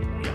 模样。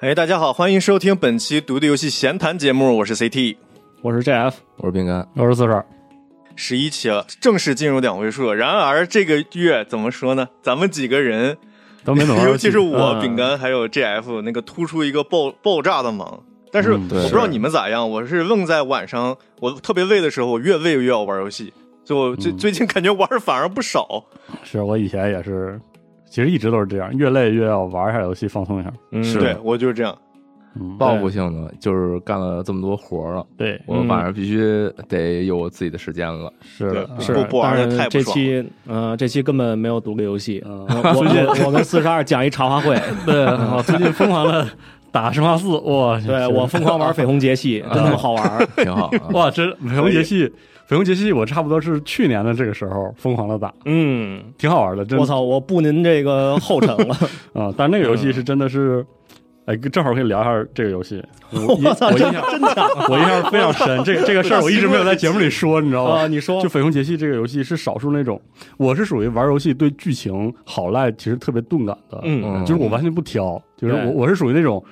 哎，大家好，欢迎收听本期《独立游戏闲谈》节目，我是 CT，我是 JF，我是饼干，我是四十。十一期了，正式进入两位数了。然而这个月怎么说呢？咱们几个人都没怎 么玩游尤戏，其是我、嗯饼干还有 GF 那个突出一个爆爆炸的忙。但是我嗯对不知道你们咋样，我是愣在晚上，我特别累的时候，我越累越要玩游戏，所以我最、嗯最近感觉玩儿反而不少。是我以前也是，其实一直都是这样，越累越要玩一下游戏，放松一下。是对我就是这样，嗯，报复性的，就是干了这么多活儿了，对，我晚上必须得有我自己的时间了。嗯是对的，不嗯是不的。不玩但的是太不这爽了。期，呃，这期根本没有独立游戏。嗯我我我我跟四十二讲一茶话会， 对，我最近疯狂 的打生化四，哇，。对我疯狂玩绯红杰系，真他妈好玩儿。挺好、啊 哇，真绯红杰系，绯红杰系，我差不多是去年的这个时候疯狂的打，嗯，挺好玩的，真我操，我步您这个后尘了。啊！但那个游嗯戏是真的是，哎，正好可以聊一下这个游戏。 我印我操，我啊印真象真的啊我印象非常深，这个这个事儿我一直没有在节目里说，你知道吗？啊！你说就《绯红杰系》这个游戏是少数那种，我是属于玩游戏对剧情好赖其实特别钝感的，嗯嗯就是我完全不挑，就是对我我是属于那种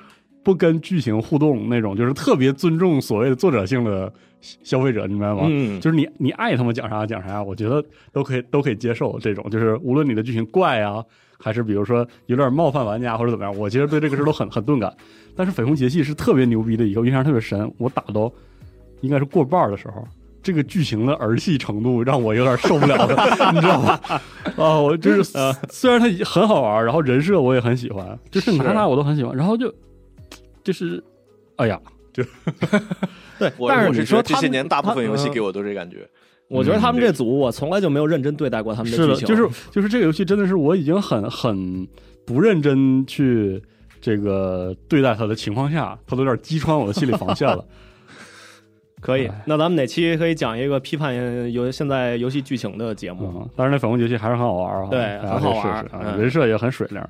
不跟剧情互动那种，就是特别尊重所谓的作者性的消消费者，你明白吗？嗯，就是你你爱他们讲啥讲啥，我觉得都可以都可以接受这种，就是无论你的剧情怪啊，还是比如说有点冒犯玩家或者怎么样，我其实对这个事儿都很很钝感。但是绯红杰系是特别牛逼的一个，我印象特别深，我打到应该是过半儿的时候。这个剧情的儿戏程度让我有点受不了了， 你知道吗？啊，我就是虽然它很好玩，然后人设我也很喜欢，就是哪哪我都很喜欢，然后就就是，哎呀，对。我但我你是觉说得这他嗯些们年大部分游戏给我，我都这感觉。我觉得他们这组我从来就没有认真对待过他们是的的，剧情，就是就是这个游戏真的是我已经很很不认真去这个对待它的情况下，它都有点击穿我的心理防 线了。可哎以。那咱们哪期可以讲一个批判游现在游戏剧情的节目？嗯，但是那粉红游戏还是很好玩啊，对大家很好可以试玩试啊嗯人设也很水灵。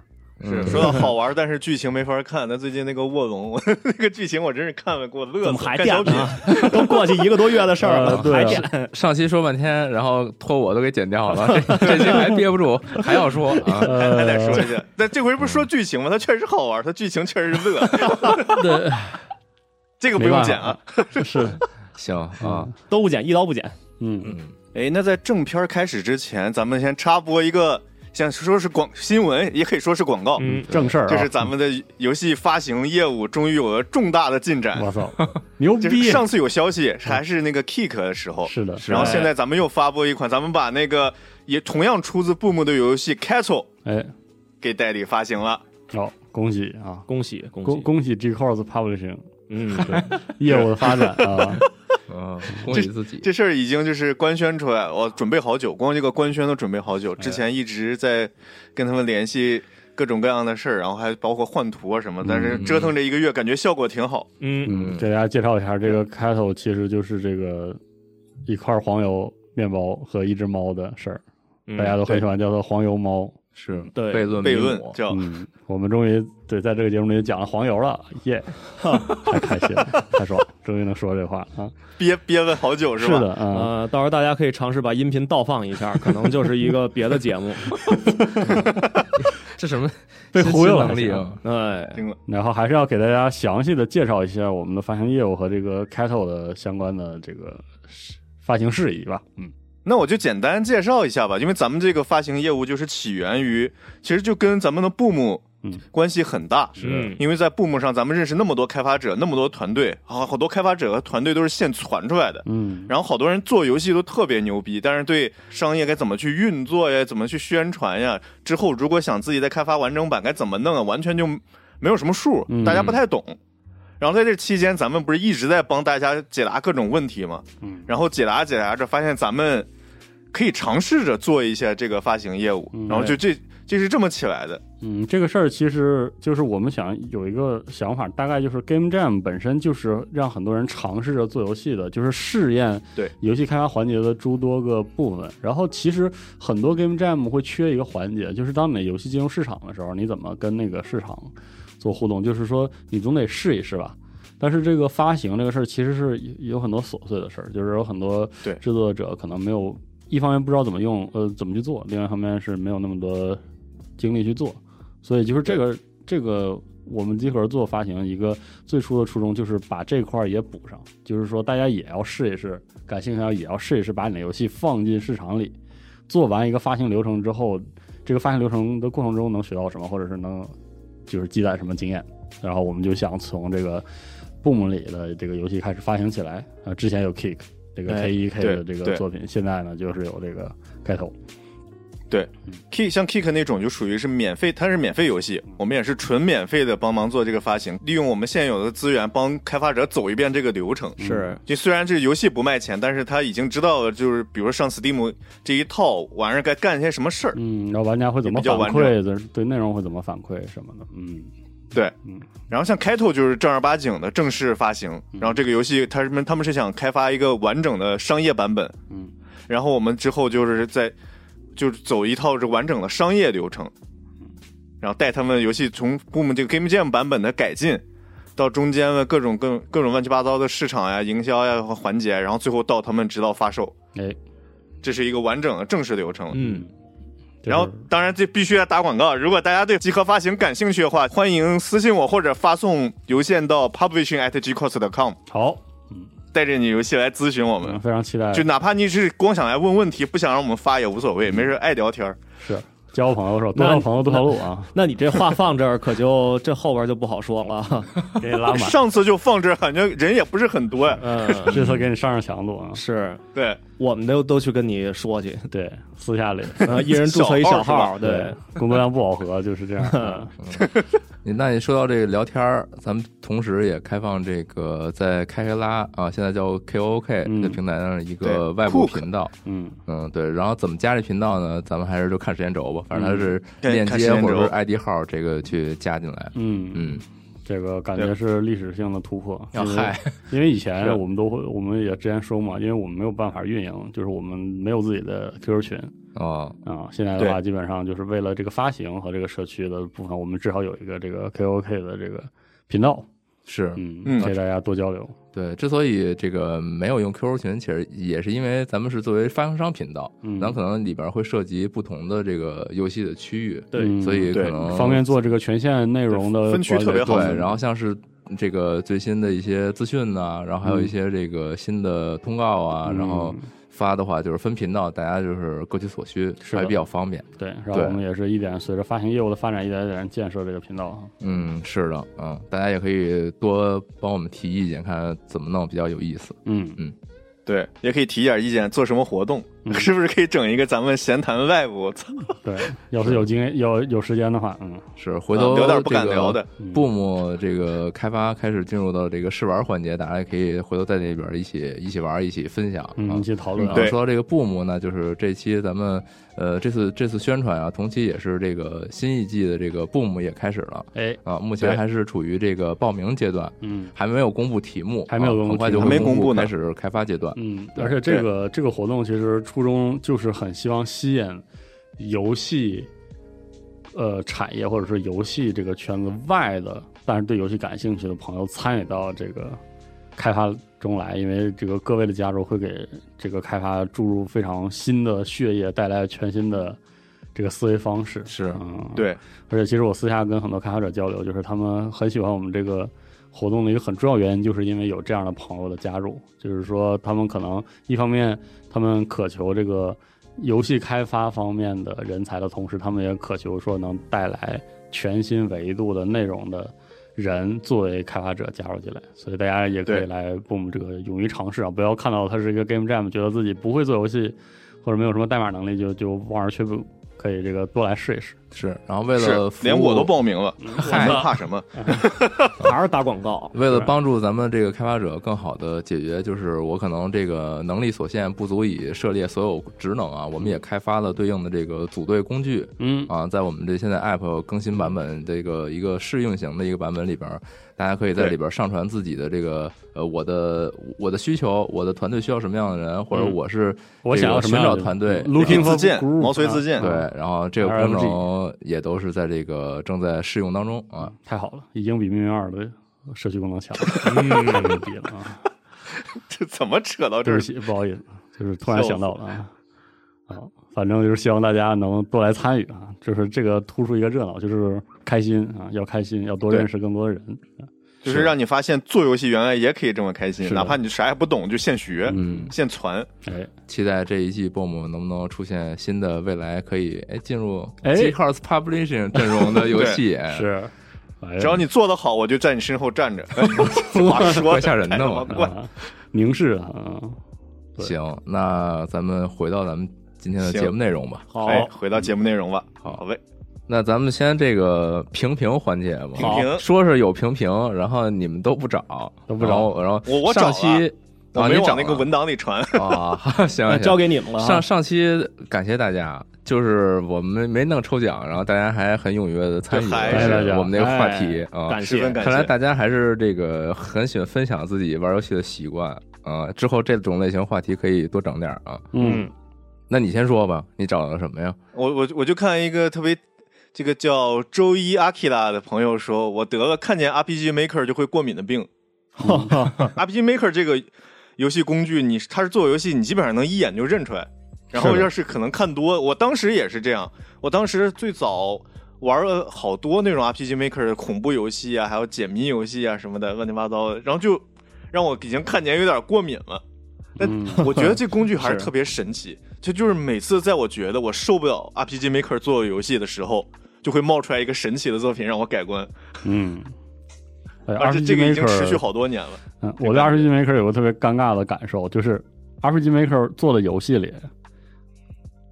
是嗯说到好玩，但是剧情没法看。但最近那个卧龙， 我那个剧情我真是看了给我乐死。怎么还干点小品？呢？都过去一个多月的事儿嗯了，呃对还啊点？上期说半天，然后拖我都给 剪掉了，这这期还憋不住，还要说啊。还还得呃说一下， 但这回不是说剧情吗？它确实好玩，它剧情确实是 乐。对，这个不用剪啊。 是，行啊，都不剪，一刀不剪。嗯，哎，那在正片开始之前，咱们先插播一个，像说是广新闻，也可以说是广告，嗯，正事儿啊，就是咱们的游戏发行业务终于有了重大的进展。我 操，牛就是逼！啊上次有消息还是那个 Kick 的时候，是的，是然后的，现在咱们又发布一款，咱们把那个也同样出自 Boom 的游戏 Cattle 哎，给代理发行了。好，恭喜啊！恭喜恭恭喜！恭喜 G c o s Publishing 嗯，业务的发展啊！嗯，恭喜自己。这事儿已经就是官宣出来了，我准备好久，光这个官宣都准备好久。之前一直在跟他们联系，各种各样的事儿，然后还包括换图啊什么，但是折腾这一个月，感觉效果挺好。嗯，嗯，给大家介绍一下，这个 Cattle 其实就是这个一块黄油面包和一只猫的事儿，嗯大家都很喜欢叫它黄油猫。是对悖论悖名论模叫嗯，我们终于对在这个节目里讲了黄油了， 耶、太开心了，太爽，终于能说这话啊！憋憋了好久是是吧？嗯的啊，呃，到时候大家可以尝试把音频倒放一下，可能就是一个别的 节目。这什么被新忽悠新了能还力是啊？哎，听了，然后还是要给大家详细的介绍一下我们的发行业务和这个 Cattle 的相关的这个发行事宜吧。嗯，那我就简单介绍一下吧，因为咱们这个发行业务就是起源于，其实就跟咱们的 Boom 嗯关系很大，嗯因为在 Boom 上咱们认识那么多开发者，那么多团队，啊好好多开发者和团队都是现传出来的。嗯，然后好多人做游戏都特别牛逼，但是对商业该怎么去运作呀，怎么去宣传呀，之后如果想自己再开发完整版该怎么弄啊，完全就没有什么数嗯，大家不太懂。然后在这期间，咱们不是一直在帮大家解答各种问题吗？嗯然后解答解答着，发现咱们可以尝试着做一些这个发行业务，嗯然后就这这是这么起来的。嗯，这个事儿其实就是我们想有一个想法，大概就是 Game Jam 本身就是让很多人尝试着做游戏的，就是试验对游戏开发环节的诸多个部分。然后其实很多 Game Jam 会缺一个环节，就是当你的游戏进入市场的时候，你怎么跟那个市场做互动？就是说你总得试一试吧。但是这个发行这个事儿其实是有很多琐碎的事儿，就是有很多对制作者可能没有一方面不知道怎么用，呃，怎么去做；另外一方面是没有那么多精力去做。所以就是这个这个我们集合做发行一个最初的初衷就是把这块儿也补上，就是说大家也要试一试，感兴趣要也要试一试，把你的游戏放进市场里，做完一个发行流程之后，这个发行流程的过程中能学到什么，或者是能就是积攒什么经验，然后我们就想从这个 Boom 里的这个游戏开始发行起来。呃，之前有 Kick 这个哎 K 一 K 对的这个对作品，现在呢就是有这个开头。 Kick 像 Kick 那种就属于是免费，它是免费游戏，我们也是纯免费的帮忙做这个发行，利用我们现有的资源帮开发者走一遍这个流程。是就虽然这游戏不卖钱，但是他已经知道了，就是比如上 Steam 这一套玩意儿该干些什么事儿。嗯，然后玩家会怎么比较完反馈？对对内容会怎么反馈什么的？嗯，然后像开头就是正儿八经的正式发行，然后这个游戏他们他们是想开发一个完整的商业版本，嗯，然后我们之后就是在就是走一套这完整的商业流程，然后带他们游戏从 Boom 这个 Game Jam 版本的改进，到中间的各种各各种乱七八糟的市场呀、营销呀和环节，然后最后到他们直到发售，哎，这是一个完整的正式流程。嗯，就是然后，当然这必须要打广告。如果大家对集合发行感兴趣的话，欢迎私信我或者发送邮件到 publishing at gcost.com，好，带着你游戏来咨询我嗯们。非常期待，就哪怕你是光想来问问题，不想让我们发也无所嗯谓，没事爱聊天儿。是交朋友是吧？多交朋友多条路啊，那你这话放这儿，可就这后边就不好说了。 给你拉满，上次就放这儿，感觉人也不是很多呀。嗯，这次给你上上强度啊，是对，我们都都去跟你 说去，对，私 下里，呃，一人注册一小小号是吧号，对，，工作量不饱和就是这样， 嗯你那你说到这个聊天儿，咱们同时也开放这个在开开拉啊，现在叫 KOK 嗯这个平台上的一对个外部 Cook 频道，嗯，嗯，对。然后怎么加这频道呢？咱们还是就看时间轴吧，反正它是嗯链看时接间轴或者说 ID 号这个去加进来。嗯嗯，这个感觉是历史性的突破。要因为嗨，因为以是前我们都会，我们也之前说嘛，因为我们没有办法运营，就是我们没有自己的 QQ 群哦，啊。现在的话，基本上就是为了这个发行和这个社区的部分，我们至少有一个这个 KOK 的这个频道，是，嗯，嗯给大家多交流。对。之所以这个没有用 QQ 群，其实也是因为咱们是作为发行商频道，嗯，咱可能里边会涉及不同的这个游戏的区域，对嗯所以对可能方便做这个权限内容的分区管理特别好对，然后像是这个最新的一些资讯呐、然后还有一些这个新的通告啊，嗯然后发的话就是分频道，大家就是各取所需，是的还比较方便。对，然后对我们也是一点随着发行业务的发展，一点一点建设这个频道啊。嗯，是的，嗯，大家也可以多帮我们提意见，看怎么弄比较有意思。嗯对，也可以提一点意见，做什么活动，嗯是不是可以整一个咱们闲谈外部？我操，对，要是有经有有时间的话，嗯，是 回头啊聊点不敢聊的。嗯 b o 这个开发开始进入到这个试玩环节，大家也可以回头在那边一起一起玩，一起分享啊嗯，一。起讨论啊，对说到这个 Boom 呢，就是这期咱们呃这次这次宣传啊，同期也是这个新一季的这个 Boom 也开始了哎，啊，目前对还是处于这个报名阶段，嗯还没有公布题目，还没有啊公布很快题就目会还没公布呢开始开发阶段。嗯，对而且这个这个活动其实初衷就是很希望吸引游戏呃产业或者是游戏这个圈子外的，但是对游戏感兴趣的朋友参与到这个开发中来，因为这个各位的加入会给这个开发注入非常新的血液，带来全新的这个思维方式。是嗯，对，而且其实我私下跟很多开发者交流，就是他们很喜欢我们这个活动的一个很重要原因，就是因为有这样的朋友的加入。就是说，他们可能一方面他们渴求这个游戏开发方面的人才的同时，他们也渴求说能带来全新维度的内容的人作为开发者加入进来。所以大家也可以对来 Boom 这个勇于尝试啊，不要看到它是一个 Game Jam，觉得自己不会做游戏或者没有什么代码能力就就望而却步。可以这个多来试一试，是，然后为了是服务连我都报名了，嗨还怕什么？ 还是打广告。为了帮助咱们这个开发者更好的解决，就是我可能这个能力所限，不足以涉猎所有职能啊，我们也开发了对应的这个组队工具嗯，啊，在我们这现在 App 更新版本这个一个适应型的一个版本里边儿，大家可以在对里边儿上传自己的这个呃我的我的需求，我的团队需要什么样的人，或者嗯我是我这个想要什么寻样找的团队可以 Looking 自 for 荐， group，毛遂自啊荐，对，然后这个功 RMG 能也都是在这个正在试用当中啊。太好了，已经比命运二的社区功能强了，太牛逼了啊！这怎么扯到这 对儿不去？起，不好意思，就是突然想到了啊。啊，反正就是希望大家能多来参与啊，就是这个突出一个热闹，就是开心啊，要开心，要多认识更多的人。就是让你发现做游戏原来也可以这么开心是，的哪怕你啥也不懂就现学、嗯，现传。哎，期待这一季 BOOM 能不能出现新的未来可以哎进入哎 G Cars Publishing 阵容的游戏，哎是，哎只要你做得好，我就在你身后站着。哎 话说怪吓人的嘛嗯太他妈怪啊，凝视啊，对行，那咱们回到咱们今天的行节目内容吧。好，哎，回到节目内容吧。好嘞，那咱们先这个评评环节吧，好评评说是有评评，然后你们都不找，都不找然后然后我我找上了期我啊没你往找那个了文档里传。 啊， 行那行，交给你们了啊。上上期感谢大家，就是我们没弄抽奖，然后大家还很踊跃的参与对还是我们那个话题哎啊。感十谢分感看来谢。大家还是这个很喜欢分享自己玩游戏的习惯啊。之后这种类型话题可以多整点啊。嗯，那你先说吧，你找到了什么呀？我我我就看一个特别，这个叫周一阿基拉的朋友说，我得了看见 RPG Maker 就会过敏的病。RPG Maker 这个游戏工具，你它是做游戏，你基本上能一眼就认出来。然后是的要是可能看多，我当时也是这样。我当时最早玩了好多那种 RPG Maker 的恐怖游戏啊，还有解谜游戏啊什么的，乱七八糟的，然后就让我已经看见有点过敏了。但嗯我觉得这工具还 是是特别神奇，这就是每次在我觉得我受不了 RPG Maker 做游戏的时候，就会冒出来一个神奇的作品让我改观，嗯，哎而且这个已经 RPG 持续好多年了。嗯，我对 RPG Maker 有个特别尴尬的感受，就是 RPG Maker 做的游戏里，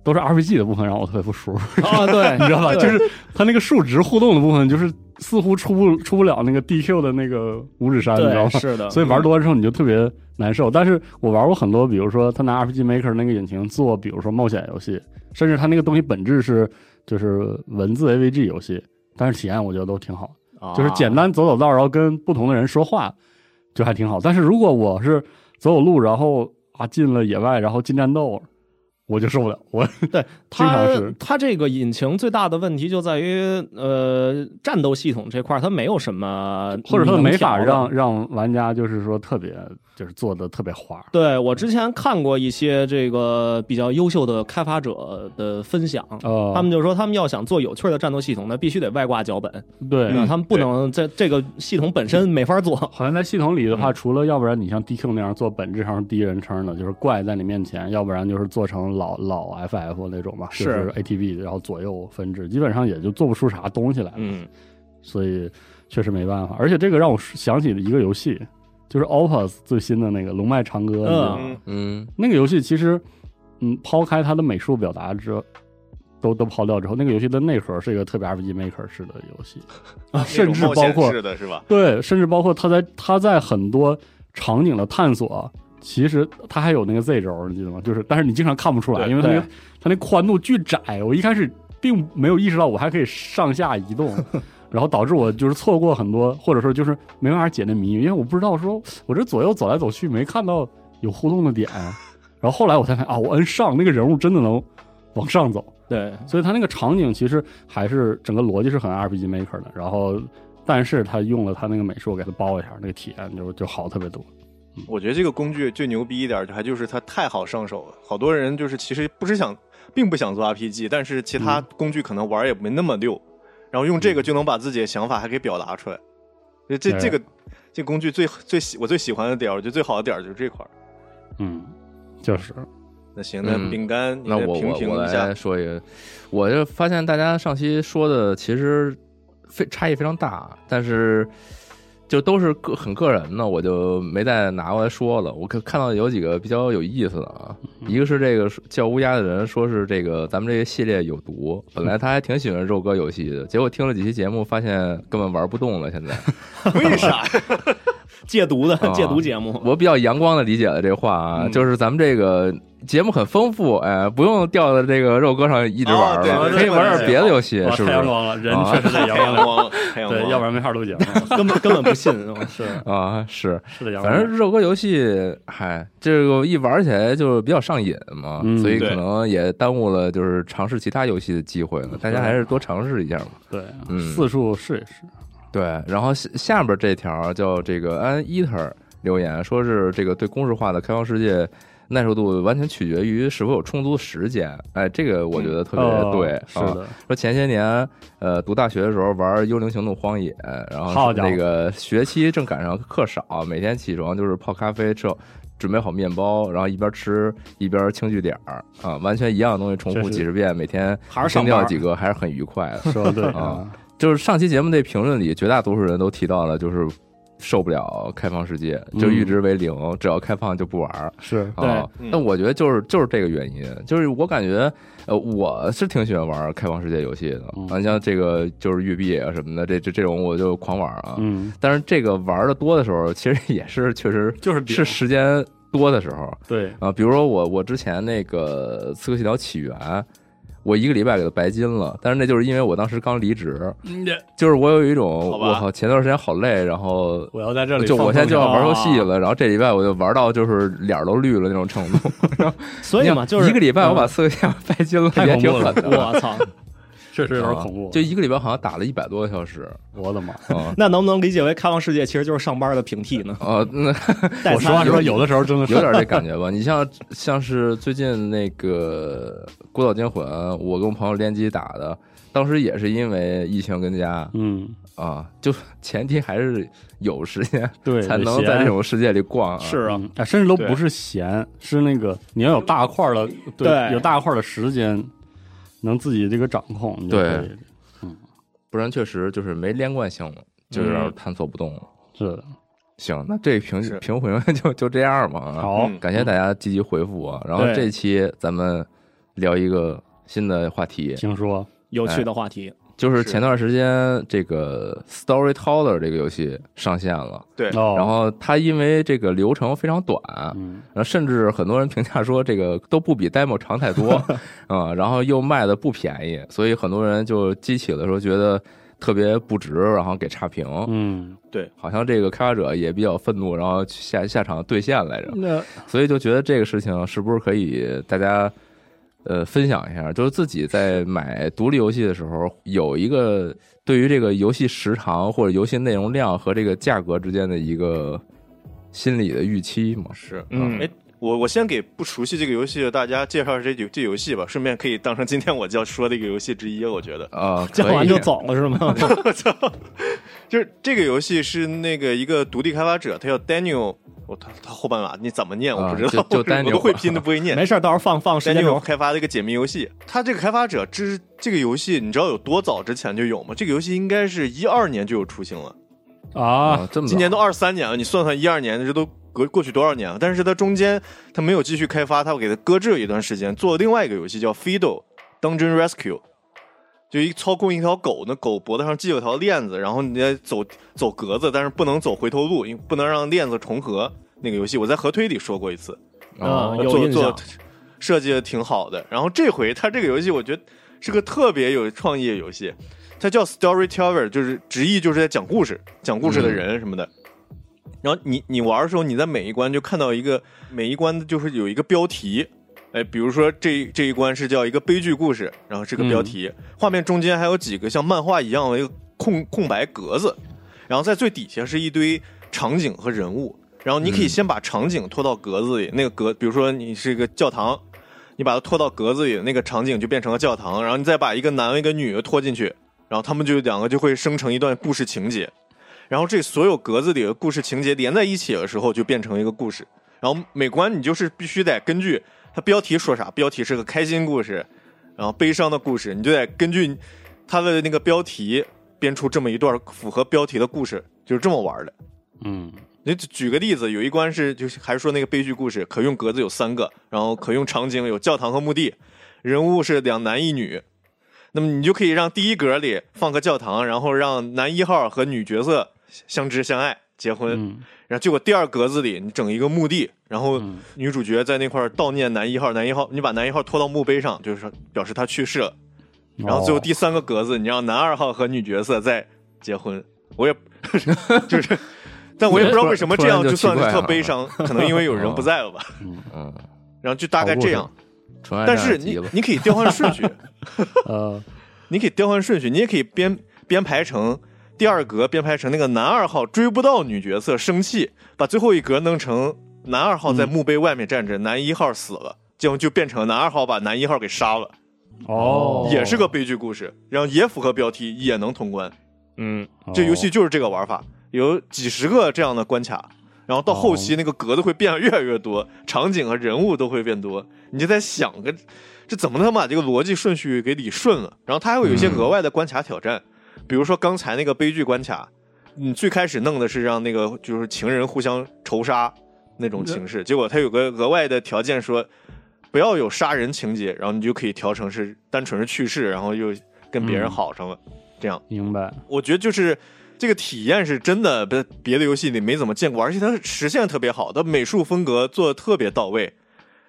都是 RPG 的部分让我特别不舒服，啊，对，你知道吧？就是它那个数值互动的部分，就是似乎出不出不了那个 DQ 的那个五指山，你知道对，吗？是的， 所以玩多了之后你就特别难受。但是我玩过很多，比如说他拿 RPG Maker 那个引擎做，比如说冒险游戏，甚至他那个东西本质是就是文字 AVG 游戏，但是体验我觉得都挺好的。啊就是简单走走道，然后跟不同的人说话，就还挺好。但是如果我是走走路，然后啊进了野外，然后进战斗，我就受不了。我 经常它是它这个引擎最大的问题就在于，呃，战斗系统这块儿它没有什么，或者说你能没法调的让让玩家就是说特别就是做的特别花儿。对我之前看过一些这个比较优秀的开发者的分享，呃，他们就说他们要想做有趣儿的战斗系统，那必须得外挂脚本，对，对吧？他们不对能在这个系统本身没 法做。好像在系统里的话，嗯除了要不然你像 DQ 那样做本质上是第一人称的，就是怪在你面前；要不然就是做成老老 FF 那种嘛，就是 ATB，然后左右分支，基本上也就做不出啥东西来了。嗯，所以确实没办法。而且这个让我想起了一个游戏，啊就是 Opus 最新的那个《龙脉长歌》你知道吗，嗯嗯，那个游戏其实嗯，抛开它的美术表达之后，都都抛掉之后，那个游戏的内核是一个特别 RPG Maker 式的游戏， 甚至啊那种冒包险括式的是吧？对，甚至包括它在它在很多场景的探索，其实它还有那个 Z 轴，你记得吗？就是，但是你经常看不出来，对因为它那个对它那宽度巨窄，我一开始并没有意识到我还可以上下移 动。然后导致我就是错过很多，或者说就是没办法解那谜语，因为我不知道说我这左右走来走去没看到有互动的点啊。然后后来我才发现啊，我摁上那个人物真的能往上走，对，所以它那个场景其实还是整个逻辑是很 RPG maker 的，然后但是他用了他那个美术给它包一下，那个体验就就好特别多。我觉得这个工具最牛逼一点，还就是它太好上手了。好多人就是其实不是想，并不想做 RPG，但是其嗯他工具可能玩也没那么溜，然后用这个就能把自己的想法还给表达出来。这这哎这个这工具最最喜我最喜欢的点儿，我觉得最好的点儿就是这块儿。嗯，就是那行，那嗯饼干，你那再我评我评我一下来，说一个，我就发现大家上期说的其实非差异非常大，啊但是就都是个很个人的，我就没再拿过来说了。我看看到有几个比较有意思的啊，嗯一个是这个叫乌鸦的人说是这个咱们这个系列有毒，本来他还挺喜欢肉鸽游戏的，结果听了几期节目发现根本玩不动了，现在。为啥？ 戒毒的啊戒毒节目，我比较阳光的理解了这话啊，嗯就是咱们这个节目很丰富，哎，不用掉到这个肉鸽上一直玩哦了，对对可以对玩对哦点别的游戏，是太不是？阳光了，人啊确实在太阳光阳了，光了，太阳光了。对，要不然没法录节目。根本根本不信，是啊，是，是的，阳光反了。正肉鸽游戏，嗨，这个一玩起来就比较上瘾嘛，嗯所以可对能也耽误了就是尝试其他游戏的机会了。大家还是多尝试一下嘛。对，啊嗯四处试一试。对，然后下下边这条叫这个安伊特儿留言，说是这个对公式化的开放世界耐受度完全取决于是否有充足时间。哎，这个我觉得特别哦对。是啊的， 说前些年呃读大学的时候玩《幽灵行动：荒野》，然后好家伙那个学期正赶上课少，每天起床就是泡咖啡吃。准备好面包，然后一边吃一边清句点儿啊，完全一样的东西重复这是几十遍，每天还是上清掉班儿几个还是很愉快的。说的对啊啊，就是上期节目那评论里，绝大多数人都提到了，就是受不了开放世界，嗯就阈值为零，只要开放就不玩儿。是啊，对但嗯我觉得就是就是这个原因，就是我感觉，呃，我是挺喜欢玩开放世界游戏的，嗯啊，像这个就是育碧啊什么的，这这这种我就狂玩啊。嗯，但是这个玩的多的时候，其实也是确实就是顶是时间多的时候，对，啊，比如说我我之前那个《刺客信条：起源》，我一个礼拜给它白金了，但是那就是因为我当时刚离职，嗯就是我有一种好我吧靠前段时间好累，然后。我要在这里就放我纵现在就要玩游戏啊了，然后这礼拜我就玩到就是脸儿都绿了那种程度。所以你嘛，看就是一个礼拜我把刺客信条白金了，嗯太也恐挺怖了狠的。我操，！确实有点啊恐怖。就一个礼拜好像打了一百多个小时我的妈！啊 那能不能理解为开放世界其实就是上班的平替呢？呃，那代我实餐话说，有的时候真 的是有点这感觉吧。你像像是最近那个《孤岛惊魂》，我跟我朋友联机打的，当时也是因为疫情跟家嗯，啊，就前提还是有时间对，才能闲在这种世界里逛啊。是啊，嗯，哎，甚至都对不是闲，是那个你要有大块儿的，对，对有大块儿的时间，能自己这个掌控，你就对可以不然确实就是没连贯性了，就有点嗯探索不动了。是的。行，那这评是评回就就这样吧。啊，好，嗯感谢大家积极回复啊。然后对这期咱们聊一个新的话题，听说有趣的话题，就是是前段时间这个 Storyteller 这个游戏上线了。对，哦，然后它因为这个流程非常短，嗯，然后甚至很多人评价说这个都不比 demo 长 太多，啊、然后又卖的不便宜，所以很多人就激起了说觉得特别不值，然后给差评。嗯，好像这个开发者也比较愤怒，然后下下场兑现来着，那所以就觉得这个事情是不是可以大家呃分享一下，就是自己在买独立游戏的时候有一个对于这个游戏时长或者游戏内容量和这个价格之间的一个心理的预期啊嘛？是，嗯哎，我我先给不熟悉这个游戏的大家介绍这游这游戏吧，顺便可以当成今天我就要说的一个游戏之一，我觉得。啊，讲可完以就走了是吗？我操！ 就是这个游戏是那个一个独立开发者，他叫 Daniel，我他他后半拉你怎么念我不知道，啊 就就我是 Daniel 我都会拼都不会念。没事儿，到时候放放时 间 Daniel 轴。开发的一个解谜游戏，他这个开发者之这个游戏，你知道有多早之前就有吗？这个游戏应该是一二年就有雏形了，啊，啊，这么早今年都二三年了，你算算一二年这都隔过去多少年了，但是它中间它没有继续开发，它给它搁置了一段时间，做了另外一个游戏叫 Fido Dungeon Rescue，就一操控一条狗，那狗脖子上系有条链子，然后你得走走格子，但是不能走回头路，因为不能让链子重合。那个游戏我在合推里说过一次，啊，有做印象做，设计的挺好的。然后这回它这个游戏我觉得是个特别有创意的游戏，它叫 Storyteller，就是直译就是在讲故事，讲故事嗯的人什么的。然后你你玩的时候，你在每一关就看到一个每一关就是有一个标题，哎，比如说这这一关是叫一个悲剧故事，然后这个标题，画面中间还有几个像漫画一样的一个空空白格子，然后在最底下是一堆场景和人物，然后你可以先把场景拖到格子里，那个格，比如说你是一个教堂，你把它拖到格子里，那个场景就变成了教堂，然后你再把一个男的一个女的拖进去，然后他们就两个就会生成一段故事情节，然后这所有格子里的故事情节连在一起的时候就变成一个故事，然后每关你就是必须得根据它标题说啥，标题是个开心故事，然后悲伤的故事，你就得根据它的那个标题编出这么一段符合标题的故事，就是这么玩的。嗯，你举举个例子，有一关是就是还是说那个悲剧故事，可用格子有三个，然后可用场景有教堂和墓地，人物是两男一女。那么你就可以让第一格里放个教堂，然后让男一号和女角色相知相爱结婚，嗯然后结果第二格子里你整一个墓地，然后嗯女主角在那块儿悼念男一号，男一号你把男一号拖到墓碑上，就是说表示他去世了。哦然后哦最后第三个格子，你让男二号和女角色再结婚，我 也就是，但我也不知道为什么这样突就然就算是奇怪特了悲伤，可能因为有人不在了吧，嗯，然后就大概这好啊样。纯爱但战是士急你了，你可以调换顺序，呃，你可以调换顺序，你也可以编编排成第二格编排成那个男二号追不到女角色生气，把最后一格弄成男二号在墓碑外面站着，男一号死了，这样就变成男二号把男一号给杀了，哦，也是个悲剧故事，然后也符合标题，也能通关。嗯，哦这游戏就是这个玩法，有几十个这样的关卡，然后到后期那个格子会变得越来越多，场景和人物都会变多，你就在想个这怎么能把这个逻辑顺序给理顺了？然后它还会有一些额外的关卡挑战，比如说刚才那个悲剧关卡，你最开始弄的是让那个就是情人互相仇杀那种情势，结果它有个额外的条件说不要有杀人情节，然后你就可以调成是单纯是去世，然后又跟别人嗯好上了，这样。明白，我觉得就是这个体验是真的，别别的游戏里没怎么见过，而且它实现得特别好，它美术风格做的特别到位。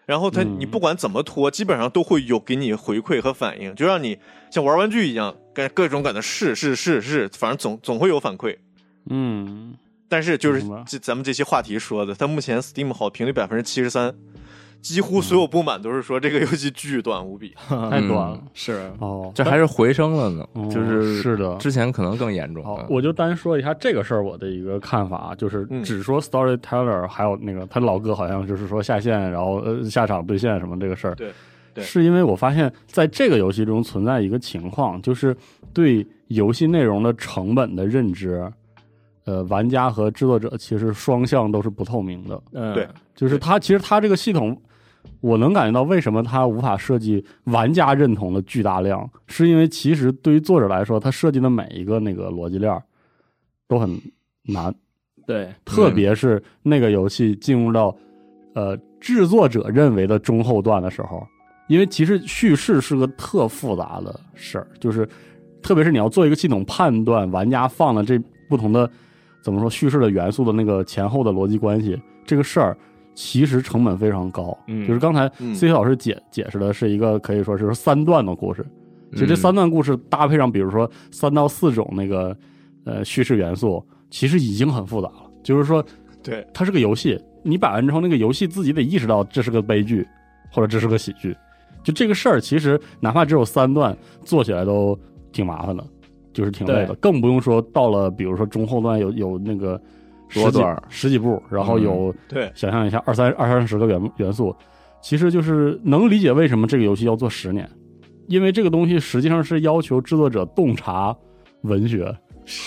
然后它嗯你不管怎么拖，基本上都会有给你回馈和反应，就让你像玩玩具一样，跟各种感觉试试试试，反正总总会有反馈。嗯，但是就是明白这咱们这期话题说的，它目前 Steam 好评率百分之七十三，几乎所有不满都是说这个游戏巨短无比。太短了，是哦，这还是回升了呢，哦嗯就是是的之前可能更严重。好，嗯我就单说一下这个事儿我的一个看法，啊就是嗯只说 storyteller，还有那个他老哥好像就是说下线，然后呃下场对线什么这个事儿，对对是因为我发现在这个游戏中存在一个情况，就是对游戏内容的成本的认知，呃，玩家和制作者其实双向都是不透明的，嗯，对就是它其实它这个系统，我能感觉到为什么它无法设计玩家认同的巨大量，是因为其实对于作者来说，他设计的每一个那个逻辑链儿都很难，对，特别是那个游戏进入到呃制作者认为的中后段的时候，因为其实叙事是个特复杂的事儿，就是特别是你要做一个系统判断玩家放了这不同的怎么说叙事的元素的那个前后的逻辑关系，这个事儿其实成本非常高。嗯就是刚才嗯 C 老师解解释的是一个可以说是三段的故事，其实这三段故事搭配上，比如说三到四种那个呃叙事元素，其实已经很复杂了。就是说，对，它是个游戏，你摆完之后，那个游戏自己得意识到这是个悲剧，或者这是个喜剧。就这个事儿，其实哪怕只有三段，做起来都挺麻烦的，就是挺累的，对更不用说到了比如说中后段有有那个十多几段儿嗯十几步，然后有、对想象一下二三二三十个元元素，其实就是能理解为什么这个游戏要做十年，因为这个东西实际上是要求制作者洞察文学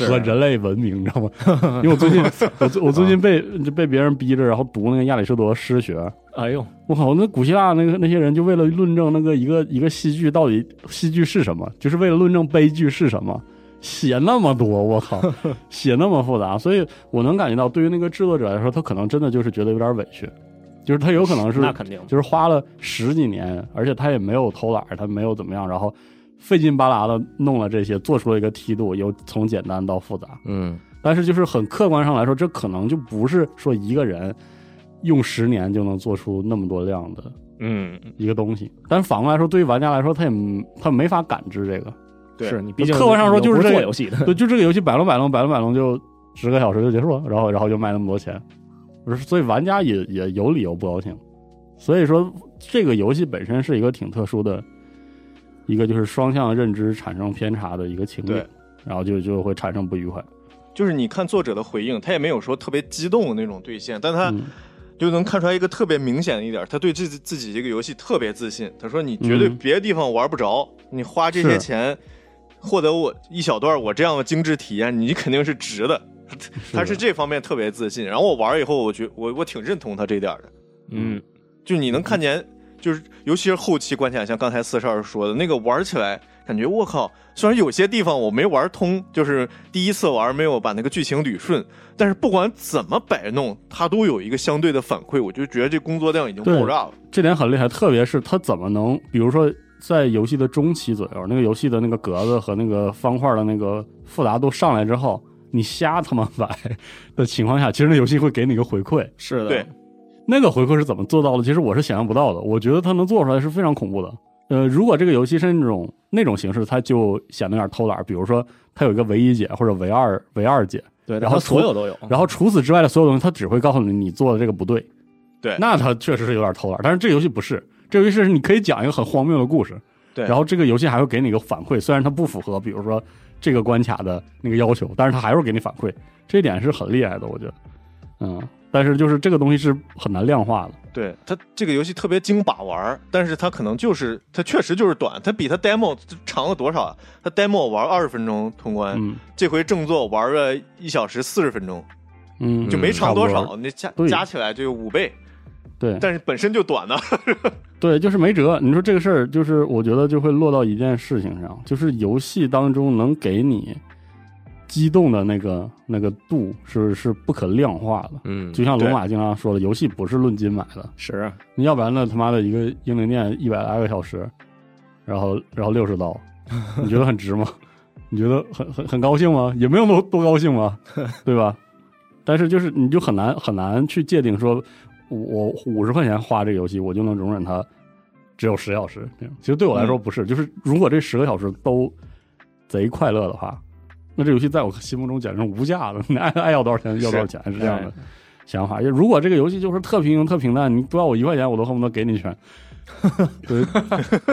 和人类文明，你知道 吗？因为我最近我最我最啊近被被别人逼着，然后读那个亚里士多诗学。哎呦，我靠！那古希腊那个那些人就为了论证那个一个一个戏剧到底戏剧是什么，就是为了论证悲剧是什么，写那么多，我靠，写那么复杂，所以我能感觉到，对于那个制作者来说，他可能真的就是觉得有点委屈，就是他有可能是那肯定，就是花了十几年，而且他也没有偷懒，他没有怎么样，然后费劲巴拉的弄了这些，做出了一个梯度，由从简单到复杂。嗯但是就是很客观上来说，这可能就不是说一个人用十年就能做出那么多量的嗯，一个东西。但是反过来说，对于玩家来说，他也没他没法感知这个。对是你毕竟客观上说就是你又不这做个游戏的，对，就这个游戏摆弄摆弄摆弄摆弄就十个小时就结束了，然后然后就卖那么多钱，不是？所以玩家也也有理由不高兴。所以说，这个游戏本身是一个挺特殊的，一个就是双向认知产生偏差的一个情对侣，然后就就会产生不愉快。就是你看作者的回应，他也没有说特别激动的那种兑现，但他嗯就能看出来一个特别明显的一点，他对自己自己这个游戏特别自信。他说：“你绝对嗯别的地方玩不着，你花这些是钱获得我一小段我这样的精致体验，你肯定是值的。” 他是这方面特别自信。然后我玩以后，我觉我我挺认同他这点的，嗯，就你能看嗯见，就是尤其是后期关卡，像刚才四十二说的那个玩起来。感觉我靠，虽然有些地方我没玩通，就是第一次玩没有把那个剧情捋顺，但是不管怎么摆弄，它都有一个相对的反馈，我就觉得这工作量已经对爆炸了。这点很厉害，特别是它怎么能，比如说在游戏的中期左右，那个游戏的那个格子和那个方块的那个复杂度上来之后，你瞎他妈摆的情况下，其实那游戏会给你一个回馈， 是的，对，那个回馈是怎么做到的？ 其实我是想象不到的，我觉得它能做出来是非常恐怖的。呃，如果这个游戏是那种那种形式，它就显得有点偷懒，比如说它有一个唯一解或者唯二唯二解，对，然后它所除有都有，然后除此之外的所有东西，他只会告诉你你做的这个不对。对那他确实是有点偷懒，但是这个游戏不是，这个游戏是你可以讲一个很荒谬的故事，对然后这个游戏还会给你一个反馈，虽然它不符合，比如说这个关卡的那个要求，但是它还会给你反馈，这一点是很厉害的，我觉得，嗯，但是就是这个东西是很难量化的，对它这个游戏特别精把玩儿，但是它可能就是它确实就是短，它比它 demo 长了多少啊？它 demo 玩二十分钟通关，嗯这回正作玩了一小时四十分钟，嗯，就没长差不多多少，那加对加起来就有五倍，对但是本身就短呢。对，就是没辙。你说这个事儿，就是我觉得就会落到一件事情上，就是游戏当中能给你激动的那个那个度是是不可量化的。嗯，就像对龙马经常说的，游戏不是论斤买的， 是你要不然呢，他妈的一个英灵殿一百来个小时，然后然后六十刀，你觉得很值吗？你觉得很很很高兴吗？也没有多多高兴吗？对吧？但是就是你就很难很难去界定说，我五十块钱花这个游戏，我就能容忍它只有十小时那种。其实对我来说不是，就是如果这十个小时都贼快乐的话，那这游戏在我心目中简直是无价 的，你爱爱要多少钱要多少钱是这哎样的想法。就如果这个游戏就是特平庸、特平淡，你多要我一块钱，我都恨不得给你 一拳。对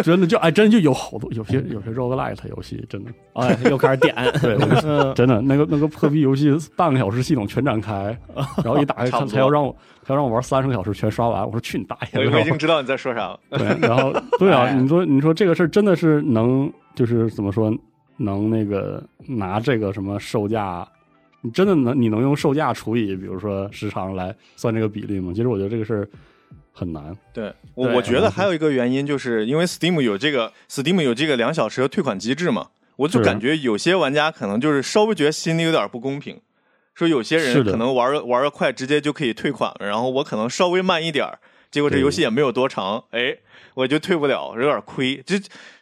真的就哎，真的就有好多有些有些 roguelite 游戏，真的哎，又开始点，对 我就嗯，真的那个那个破壁游戏半个小时系统全展开，然后一打开差不看多他要让我他要让我玩三十个小时全刷完，我说去你大我爷！我已经知道你在说啥了。 对，然后对啊，哎你说你说这个事儿真的是能就是怎么说能那个拿这个什么售价，你真的能你能用售价除以比如说时长来算这个比例吗？其实我觉得这个事儿很难。 对我，对我觉得还有一个原因，就是因为 Steam 有这个 Steam 有这个两小时的退款机制嘛，我就是感觉有些玩家可能就是稍微觉得心里有点不公平，说有些人是的可能玩儿玩的快，直接就可以退款了，然后我可能稍微慢一点儿，结果这对游戏也没有多长，哎，我就退不了，有点亏。这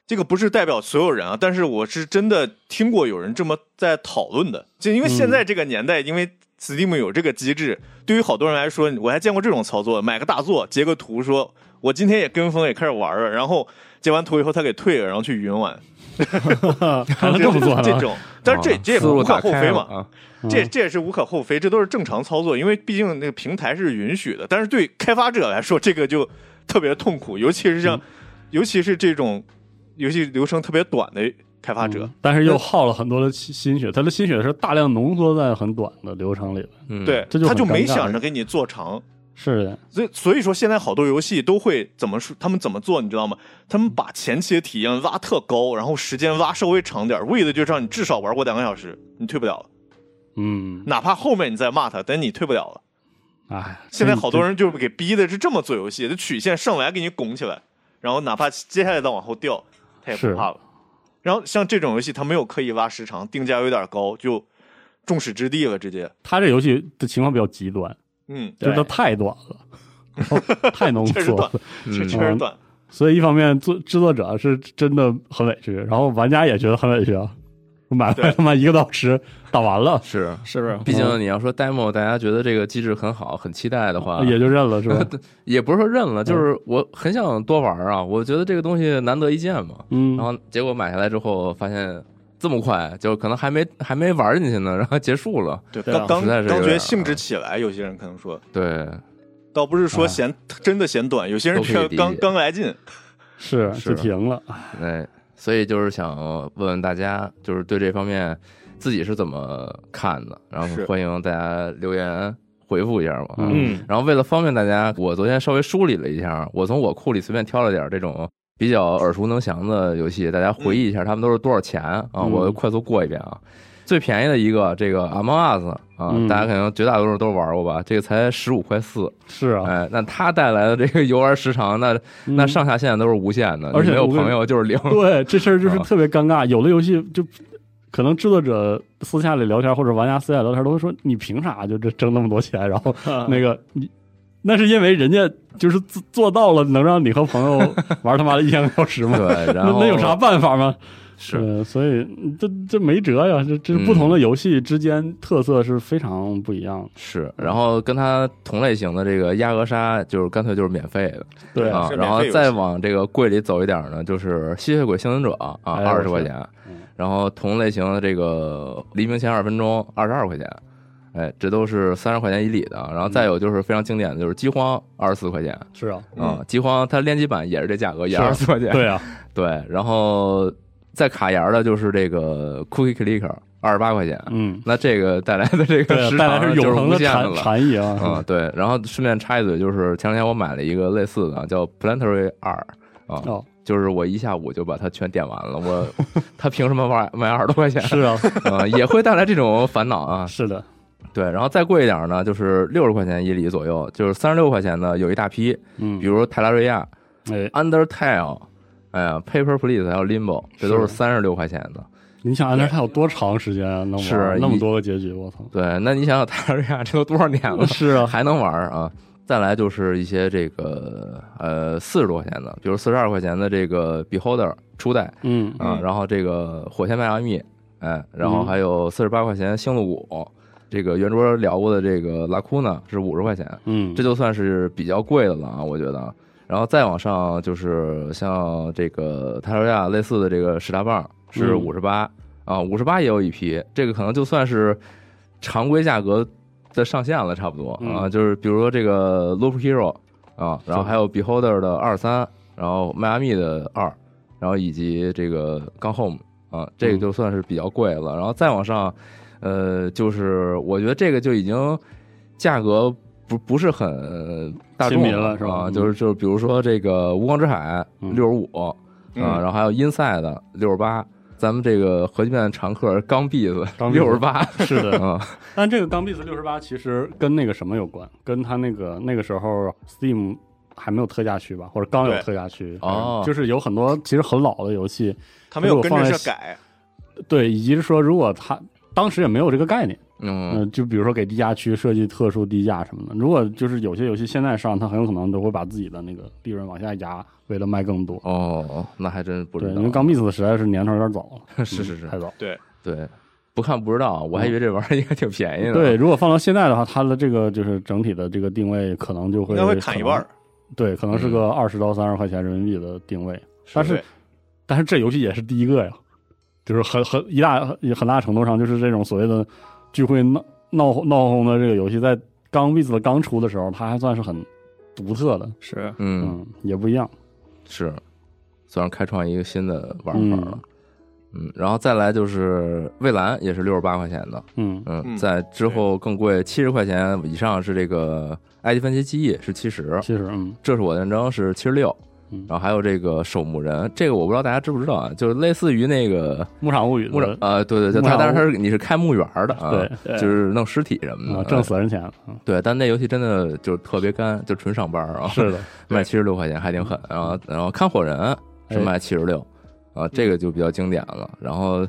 这个不是代表所有人啊，但是我是真的听过有人这么在讨论的，就因为现嗯在这个年代，因为 Steam 有这个机制，对于好多人来说，我还见过这种操作：买个大作，截个图说，我今天也跟风，也开始玩了，然后截完图以后他给退了，然后去云玩，还能这么做呢嗯这种，但是这这也啊哦思路无可打厚开非了嘛，啊，这这也是无可厚非，这都是正常操作，因为毕竟那个平台是允许的。但是对开发者来说，这个就特别痛苦，尤其是嗯像，尤其是这种游戏流程特别短的开发者嗯，但是又耗了很多的心心血，他的心血是大量浓缩在很短的流程里的。嗯对，这就他很就没尴尬想着给你做长。是的，所以，所以说现在好多游戏都会怎么说？他们怎么做？你知道吗？他们把前期的体验拉特高，然后时间拉稍微长点儿，为的就是让你至少玩过两个小时，你退不了了。嗯，哪怕后面你再骂他，但你退不了了。哎，现在嗯好多人人就是给逼的是这么做游戏，这曲线上来给你拱起来，然后哪怕接下来再往后掉，他也不是怕了。然后像这种游戏，它没有刻意挖时长，定价有点高，就众矢之的了，直接。他这游戏的情况比较极端，嗯，就对是它太短了， 然后太浓 确实缩短了。确嗯确实短。所以一方面做制作者是真的很委屈，然后玩家也觉得很委屈啊，买对了他妈一个多小时打完了，是，嗯是不是？毕竟你要说 demo，大家觉得这个机制很好，很期待的话，也嗯就认了是 吧？也不是说认了，就是我很想多玩啊，我觉得这个东西难得一见嘛。嗯，然后结果买下来之后发现这么快，就可能还没还没玩进去呢，然后结束了。对，对啊刚刚实在是有刚觉点得儿兴致啊起来，有些人可能说，对，倒不是说哎嫌真的嫌短，有些人都可以却理刚解刚来劲。是是就停了，啊哎，所以就是想问问大家，就是对这方面自己是怎么看的，然后是欢迎大家留言回复一下嘛。嗯嗯，然后为了方便大家，我昨天稍微梳理了一下，我从我库里随便挑了点这种比较耳熟能详的游戏，大家回忆一下他们都是多少钱啊？嗯我快速过一遍啊。最便宜的一个，这个 Among Us 啊，嗯大家可能绝大多数都玩过吧？这个才十五块四，是啊，哎，那它带来的这个游玩时长，那嗯那上下线都是无限的，而且你没有我跟朋友就是零。 对这事儿就是啊特别尴尬，有的游戏就。可能制作者私下里聊天，或者玩家私下聊天，都会说你凭啥就这挣那么多钱？然后 嗯那 个你，那是因为人家就是做做到了能让你和朋友玩他妈的一千个小时吗？对，然那后那有啥办法吗？是呃，所以嗯这这没辙呀，这这嗯不同的游戏之间特色是非常不一样的。是，然后跟它同类型的这个鸭鹅杀，就是干脆就是免费的，对啊，是免费然后游戏再往这个贵里走一点呢，就是吸血鬼幸存者啊，哎二十块是钱嗯，然后同类型的这个黎明前二分钟二十二块钱，哎，这都是三十块钱以里的。然后嗯再有就是非常经典的就是饥荒二十四块钱是啊，啊，饥荒它联机版也是这价格，也是二十四块钱。对啊，对，然后再卡沿儿的就是这个 Cookie Clicker 二十八块钱， 嗯，那这个带来的对这个啊，时带来长是就是永恒无的限禅了。禅意啊、 啊。对，然后顺便插一嘴，就是前两天我买了一个类似的，啊叫 Planetary 二啊，哦，就是我一下午就把它全点完了。我他凭什么卖卖二十多 块钱？是啊，啊、也会带来这种烦恼啊。是的，对，然后再贵一点呢，就是六十块钱一里左右，就是三十六块钱呢有一大批，嗯比，如泰拉瑞亚、哎， Undertale，哎呀，Paper Please 还有 Limbo，这都是是三十六块钱的。你想安德泰有多长时间啊？能玩是那么一多个结局，我操！对，那你想想泰拉瑞亚这都多少年了？是啊，还能玩儿啊。再来就是一些这个呃四十多块钱的，比如四十二块钱的这个 Beholder 初代嗯，啊，嗯然后这个火线迈阿密，哎，然后嗯还有四十八块钱星露谷，这个圆桌聊过的这个 Lacuna 是五十块钱，嗯，这就算是比较贵的了啊，我觉得。然后再往上就是像这个泰罗亚类似的这个史达棒是嗯五十八啊，五十八也有一批，这个可能就算是常规价格的上限了，差不多啊。嗯就是比如说这个 Loop Hero 啊，然后还有 Beholder 的二三，然后迈阿密的二，然后以及这个 Gone Home 啊，这个嗯就算是比较贵了。然后再往上，呃，就是我觉得这个就已经价格不不是很大众亲民了是吧啊嗯就是就是比如说这个无光之海嗯六十五啊，嗯然后还有 Inside 的六十八。咱们这个核聚变常客钢币子钢币子六 十八，是 的，啊，但这个钢币子六十八其实跟那个什么有关，跟它那个那个时候 Steam 还没有特价区吧，或者刚有对特价区，哦就是有很多其实很老的游戏，他没有如果跟着放在这改，对，以及是说如果它当时也没有这个概念，嗯、嗯，就比如说给低价区设计特殊低价什么的，如果就是有些游戏现在上，它很有可能都会把自己的那个利润往下压，为了卖更多。哦，那还真不知对，道，因为钢币子实在是年头有点早了， 嗯是是是太早。对，不看不知道，我还以为这玩意儿应该挺便宜的，对，，如果放到现在的话，它的这个就是整体的这个定位可能就会应该会砍一半儿。对，可能嗯是个二十到三十块钱人民币的定位，但是对但是这游戏也是第一个呀，就是很很一大也很大程度上就是这种所谓的聚会闹闹闹哄的这个游戏，在刚 v i 的刚出的时候，它还算是很独特的，是嗯，嗯，也不一样，是，算是开创一个新的玩嗯法了。嗯，然后再来就是蔚蓝，也是六十八块钱的。嗯嗯，嗯在之后更贵，七十块钱以上是这个埃及分析记忆是七十，其实嗯这是我的战争是七十六嗯，然后还有这个守墓人，这个我不知道大家知不知道啊，就是类似于那个牧场物语的墓人，呃，对对对，牧它场但是它是你是开墓园的啊，对，对就是哎弄尸体什么啊的，挣死人 钱了，嗯对，但那游戏真的就是特别干，就纯上班儿啊，是的，啊哎卖七十六块钱还挺狠。然后然后看火人是卖七十六，啊，嗯这个就比较经典了。然后，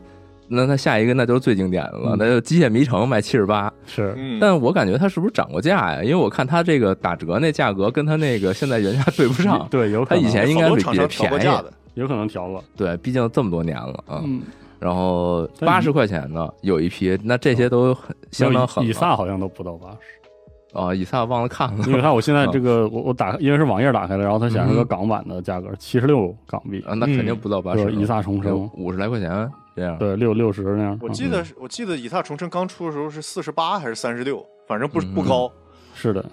那那下一个那就是最经典的嗯了，那就《机械迷城》卖七十八，是，嗯，但我感觉它是不是涨过价呀？因为我看它这个打折那价格跟它那个现在原价对不上对，有可它以能前应该好多比厂商调过便宜价的，有可能调过， 对，毕竟这么多年了啊。嗯，然后但八以十块钱的有一批，那这些都很相当狠了。以萨好像都不到八十，啊，以撒忘了看了 因为看我现在这啊个，我我打因为是网页打开的，然后它显示个港版的价格七十六港币，嗯啊，那肯定不到八十就是。以萨重生，五十来块钱这样。对，六六十那样。我嗯记得是我记得以踏重生刚出的时候是四十八还是三十六，反正不嗯不高。是的，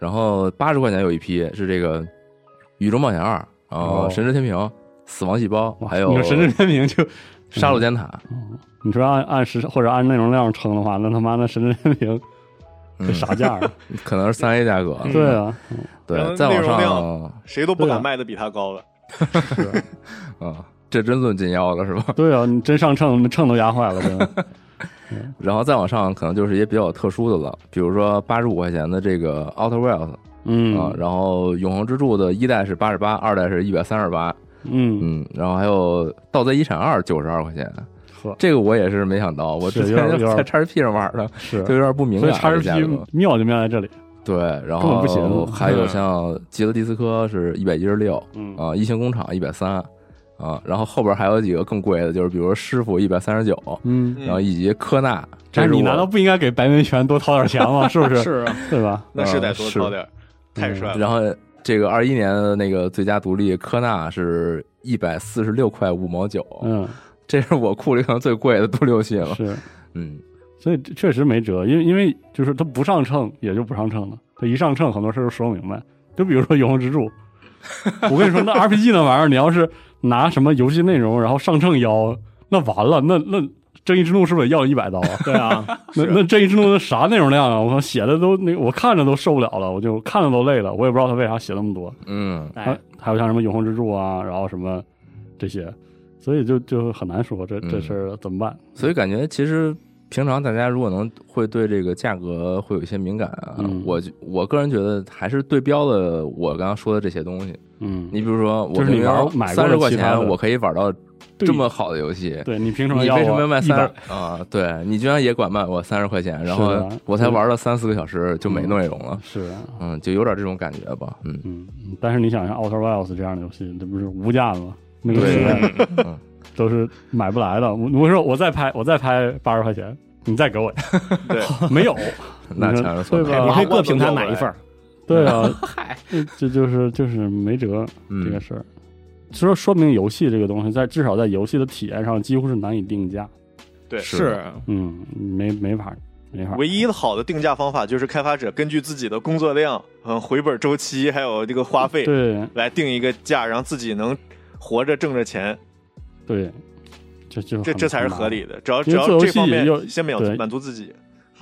然后八十块钱有一批是这个《宇宙冒险二》，然后哦《神之天平》《死亡细胞》，哇还有你说《神之天平就，杀戮尖塔》。你说按按时或者按内容量称的话，那他妈那神之天平嗯这，啥价 啊？可能是三 A 价格了。对啊，对，再往内上嗯容谁都不对啊敢卖的比它高了。啊，这真论斤腰了是吧？对啊，你真上秤，那秤都压坏了，真 的。然后再往上可能就是一些比较特殊的了，比如说八十五块钱的这个 Outer World 啊，嗯然后永恒之柱的一代是八十八，二代是一百三十八，嗯，嗯，然后还有《盗贼遗产二》九十二块钱，呵，这个我也是没想到，我是之有前点有点在 x P 上玩的，是就，有点不明所白以叉这 r 价 P 格。妙就妙在这里。对，然根本后不行还有像《吉德迪斯科》是一百一十六嗯啊，《异形工厂》一百三啊，然后后边还有几个更贵的，就是比如说《师傅》一百三十九，嗯，嗯然后以及科纳，这那是你我难道不应该给白明权多掏点钱吗？是 不是？是 啊，对吧？那是得多是掏点儿，嗯太啊帅了。然后这个二一年的那个最佳独立科纳是一百四十六块五毛九，嗯，这是我库里可能最贵的独立游戏哦了。是，嗯，所以这确实没辙，因为因为就是他不上秤也就不上秤了，他一上秤很多事儿就说不明白。就比如说《永恒之 柱》，我跟你说，那 RPG 那玩意儿，你要是拿什么游戏内容然后上秤腰，那完了，那那正义之怒是不是得要一百 刀啊？对啊，那那正义之怒的啥内容量啊？我靠，写的都那我看着都受不了了，我就看着都累了，我也不知道他为啥写那么多。嗯，哎还，还有像什么永恒之柱啊，然后什么这些，所以就就很难说这这嗯事儿怎么办。所以感觉其实平常大家如果能会对这个价格会有一些敏感啊，嗯我就我个人觉得还是对标了我刚刚说的这些东西。嗯，你比如说，就我是你玩买过三的十块其他的钱，我可以玩到对这么好的游戏。对你凭什么你要为什么要卖一三百？啊？对你居然也管卖我三十块钱，然是后的我才玩了三四个小时就没内容了，是啊，嗯，就有点这种感觉吧，嗯。嗯，嗯但是你想像 Outer Wilds 这样的游戏，这不是无价的吗？那个时代对，嗯都是买不来的。我我说我再拍，我再拍八十块钱，你 再给我，对，没 有。 那你强说人所对吧哎你哇可以各平台买一份儿，对 啊，这这就是就是没辙这个嗯，事儿。所以说，说明游戏这个东西在至少在游戏的体验上几乎是难以定价。对，是的啊嗯，没没法没法。唯一的好的定价方法就是开发者根据自己的工作量、嗯回本周期还有这个花费对来定一个价，让自己能活着挣着钱，对，这就这很这才是很难合理的。只要只因为要做游这方戏又面先满对满足自己，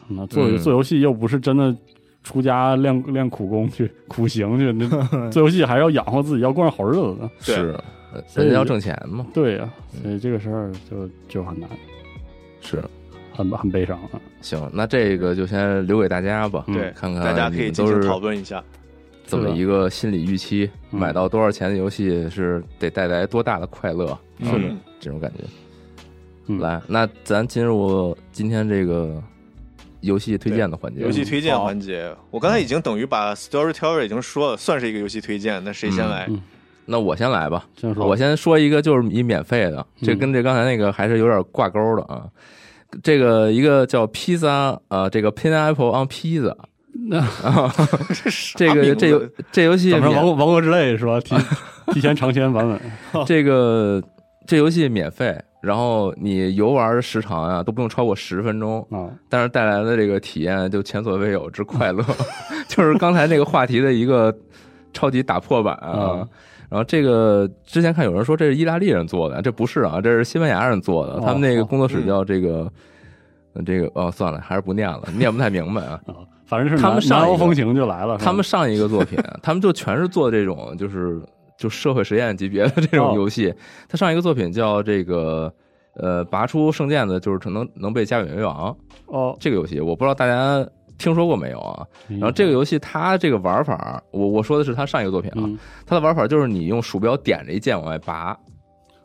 那做嗯做游戏又不是真的出家练练苦功去苦行去， 那做游戏还要养活自己，要过上好日子呢。对是，呃所以人家要就挣钱嘛，对呀、嗯所以这个事儿就就很难，是。很很悲伤啊。行，那这个就先留给大家吧，嗯对，看看大家可哎你以们进都行是讨论一下。怎么一个心理预期，嗯买到多少钱的游戏是得带来多大的快乐，是嗯嗯这种感觉。嗯来，那咱进入今天这个游戏推荐的环节，游戏推荐环节，我刚才已经等于把 Storyteller 已经说了，算是一个游戏推荐。那谁先来嗯？那我先来吧，这样说，我先说一个，就是一免费的，这嗯跟这刚才那个还是有点挂钩的啊。这个一个叫披萨，呃，这个 Pineapple on Pizza，那啊，这啥名字个这游这游戏怎么免王国王国之泪是吧？ 提提前尝鲜版本，这个这游戏免费，然后你游玩的时长啊都不用超过十分钟，啊，但是带来的这个体验就前所未有之快乐， 就是刚才那个话题的一个超级打破版 啊嗯。然后这个之前看有人说这是意大利人做的，这不是啊，这是西班牙人做的，哦他们那个工作室叫这个。呃这个哦，算了，还是不念了，念不太明白啊。啊反正是他们南上南一欧个风情就来了。是吧他们上一个作品，他们就全是做这种就是就社会实验级别的这哦种游戏。他上一个作品叫这个呃，拔出圣剑的，就是可能能被加冕为王哦，啊这个游戏，我不知道大家听说过没有啊？然然后这个游戏它这个玩法，我我说的是它上一个作品啊，嗯它的玩法就是你用鼠标点着一剑往外拔，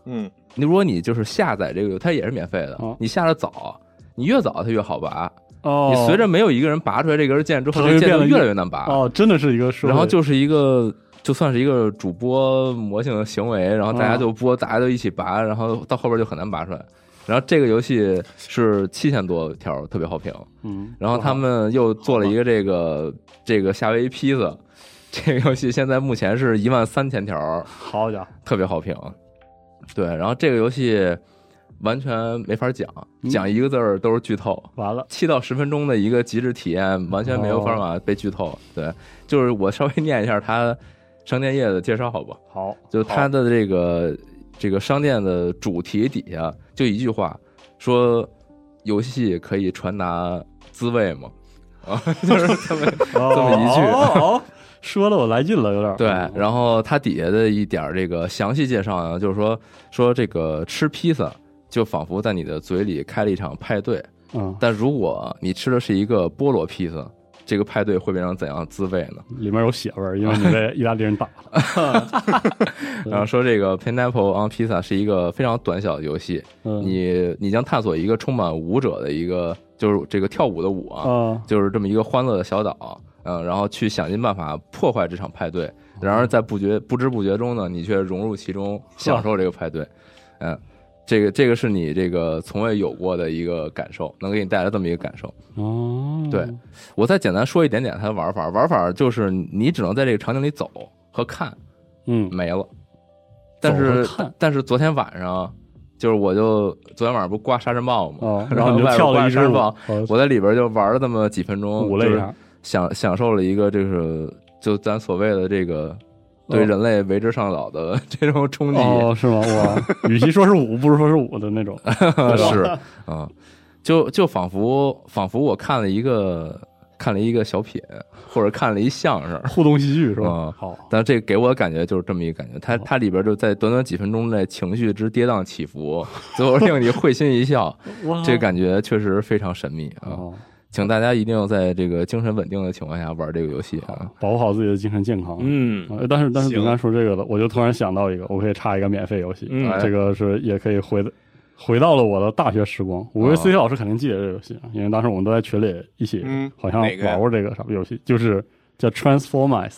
嗯，你如果你就是下载这个，它也是免费的哦，你下的早，你越早它越好拔。哦，你随着没有一个人拔出来这根剑之后，它这会剑变就得越来越越难拔。哦，真的是一个社会，然后就是一个就算是一个主播魔性的行为，然后大家哦就播，大家都一起拔，然后到后边就很难拔出来。然后这个游戏是七千多条，特别好评。嗯，然后他们又做了一个这个这个夏威夷披萨，这个游戏现在目前是一万三千条，好家伙，特别好评。对，然后这个游戏完全没法讲，嗯讲一个字儿都是剧透。完了，七到十分钟的一个极致体验，完全没有办法被剧透。对，就是我稍微念一下它商店页的介绍，好吧？好，就它的这个这个商店的主题底下就一句话，说游戏可以传达滋味吗？ 啊，就是 这么这么一句哦，哦说的我来劲了，有点嗯对，然后它底下的一点儿这个详细介绍呢，就是说说这个吃披萨就仿佛在你的嘴里开了一场派对，嗯，但如果你吃的是一个菠萝披萨，这个派对会变成怎样的滋味呢？里面有血味儿，因为你 被意大利人打了，然后说这个 Pineapple on Pizza 是一个非常短小的游戏，嗯，你你将探索一个充满舞者的一个，就是这个跳舞的舞啊，啊，就是这么一个欢乐的小岛，嗯，然后去想尽办法破坏这场派对。然而在不觉不知不觉中呢，你却融入其中，享受这个派对，嗯。这个这个是你这个从未有过的一个感受，能给你带来这么一个感受。哦，对我再简单说一点点它的玩法，玩法就是你只能在这个场景里走和看，嗯，没了。但是走和看但是昨天晚上，就是我就昨天晚上不挂沙尘暴嘛，哦，然然后后你嗯外就跳边了挂一支沙舞，堡哦我在里边就玩了那么几分钟，舞了一就是下，享享受了一个就是就咱所谓的这个对哦人类为之上脑的 这种冲击，哦，是吗？ 哇，与其说是舞，不如说是舞的那种，是啊、就就仿佛仿佛我看了一个看了一个小品，或者看了一相声，互动戏剧是吧嗯？好，但这给我的感觉就是这么一个感觉，哦它它里边就在短短几分钟内情绪之跌宕起伏，最后令你会心一笑，哇这个感觉确实非常神秘啊！哦，请大家一定要在这个精神稳定的情况下玩这个游戏啊！保护好自己的精神健康。嗯，啊，但是但是行饼干说这个了，我就突然想到一个，我可以插一个免费游戏，嗯这个是也可以回回到了我的大学时光。我哦跟 C C 老师肯定记得这个游戏，啊因为当时我们都在群里一起嗯，好像哪个呀玩过这个啥游戏，就是叫 Transformers，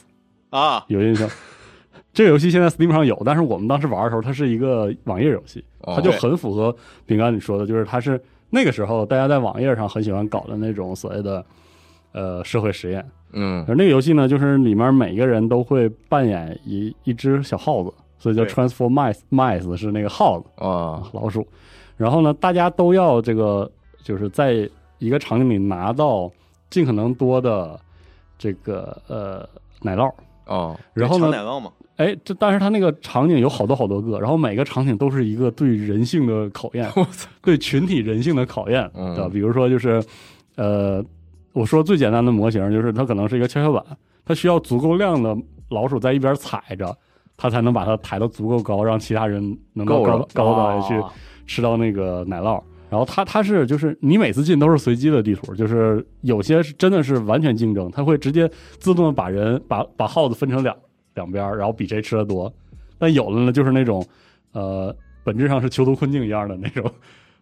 啊，有印象。 这个游戏现在 Steam 上有，但是我们当时玩的时候，它是一个网页游戏，哦它就很符合饼干你说的，就是它是那个时候大家在网页上很喜欢搞的那种所谓的呃社会实验，嗯而那个游戏呢，就是里面每个人都会扮演一一只小耗子，所以叫对 transform mice mice 是那个耗子啊哦老鼠。然后呢，大家都要这个就是在一个场景里拿到尽可能多的这个呃奶酪。哦然后对呢长，奶酪嘛，哎，这但是它那个场景有好多好多个，然后每个场景都是一个对人性的考验，对群体人性的考验，嗯对吧？比如说就是，呃，我说最简单的模型就是它可能是一个跷跷板，它需要足够量的老鼠在一边踩着，它才能把它抬得足够高，让其他人能够够高了哦高的去啊吃到那个奶酪。然后它它是就是你每次进都是随机的地图，就是有些是真的是完全竞争，它会直接自动地把人把把耗子分成两两边儿，然后比谁吃的多。但有的呢就是那种呃本质上是囚徒困境一样的那种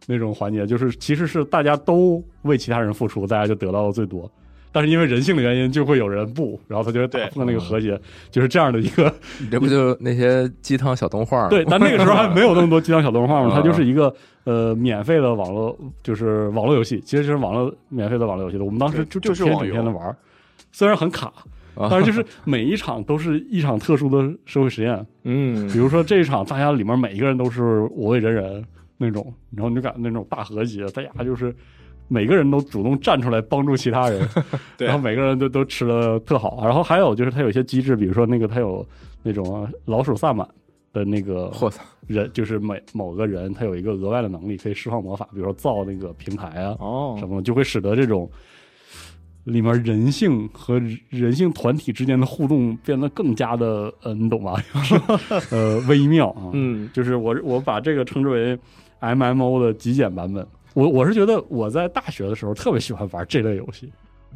那种环节，就是其实是大家都为其他人付出，大家就得到的最多。但是因为人性的原因，就会有人不，然后他就会打对破那个和谐，就是这样的一个这不就那些鸡汤小动画吗？对，但那个时候还没有那么多鸡汤小 动画嘛，啊它嗯就是一个呃免费的网络，就是网络游戏，其实就是网络免费的网络游戏的。我们当时就对就是整网天游整天的玩儿，虽然很卡，啊但是 就是每一场都是一场特殊的社会实验。嗯比如说这一场，大家里面每一个人都是我为人人那种，然后你就感觉那种大和谐，大家就是。每个人都主动站出来帮助其他人，对然后每个人都都吃的特好。啊然后还有就是它有一些机制，比如说那个它有那种呃老鼠萨满的那个我操，人，就是每某个人他有一个额外的能力，可以释放魔法，比如说造那个平台啊哦什么的，就会使得这种里面人性和人人性团体之间的互动变得更加的，呃，你懂吧？就是 呃，微妙啊。嗯就是我我把这个称之为 MMO 的极简版本。我我是觉得我在大学的时候特别喜欢玩这类游戏，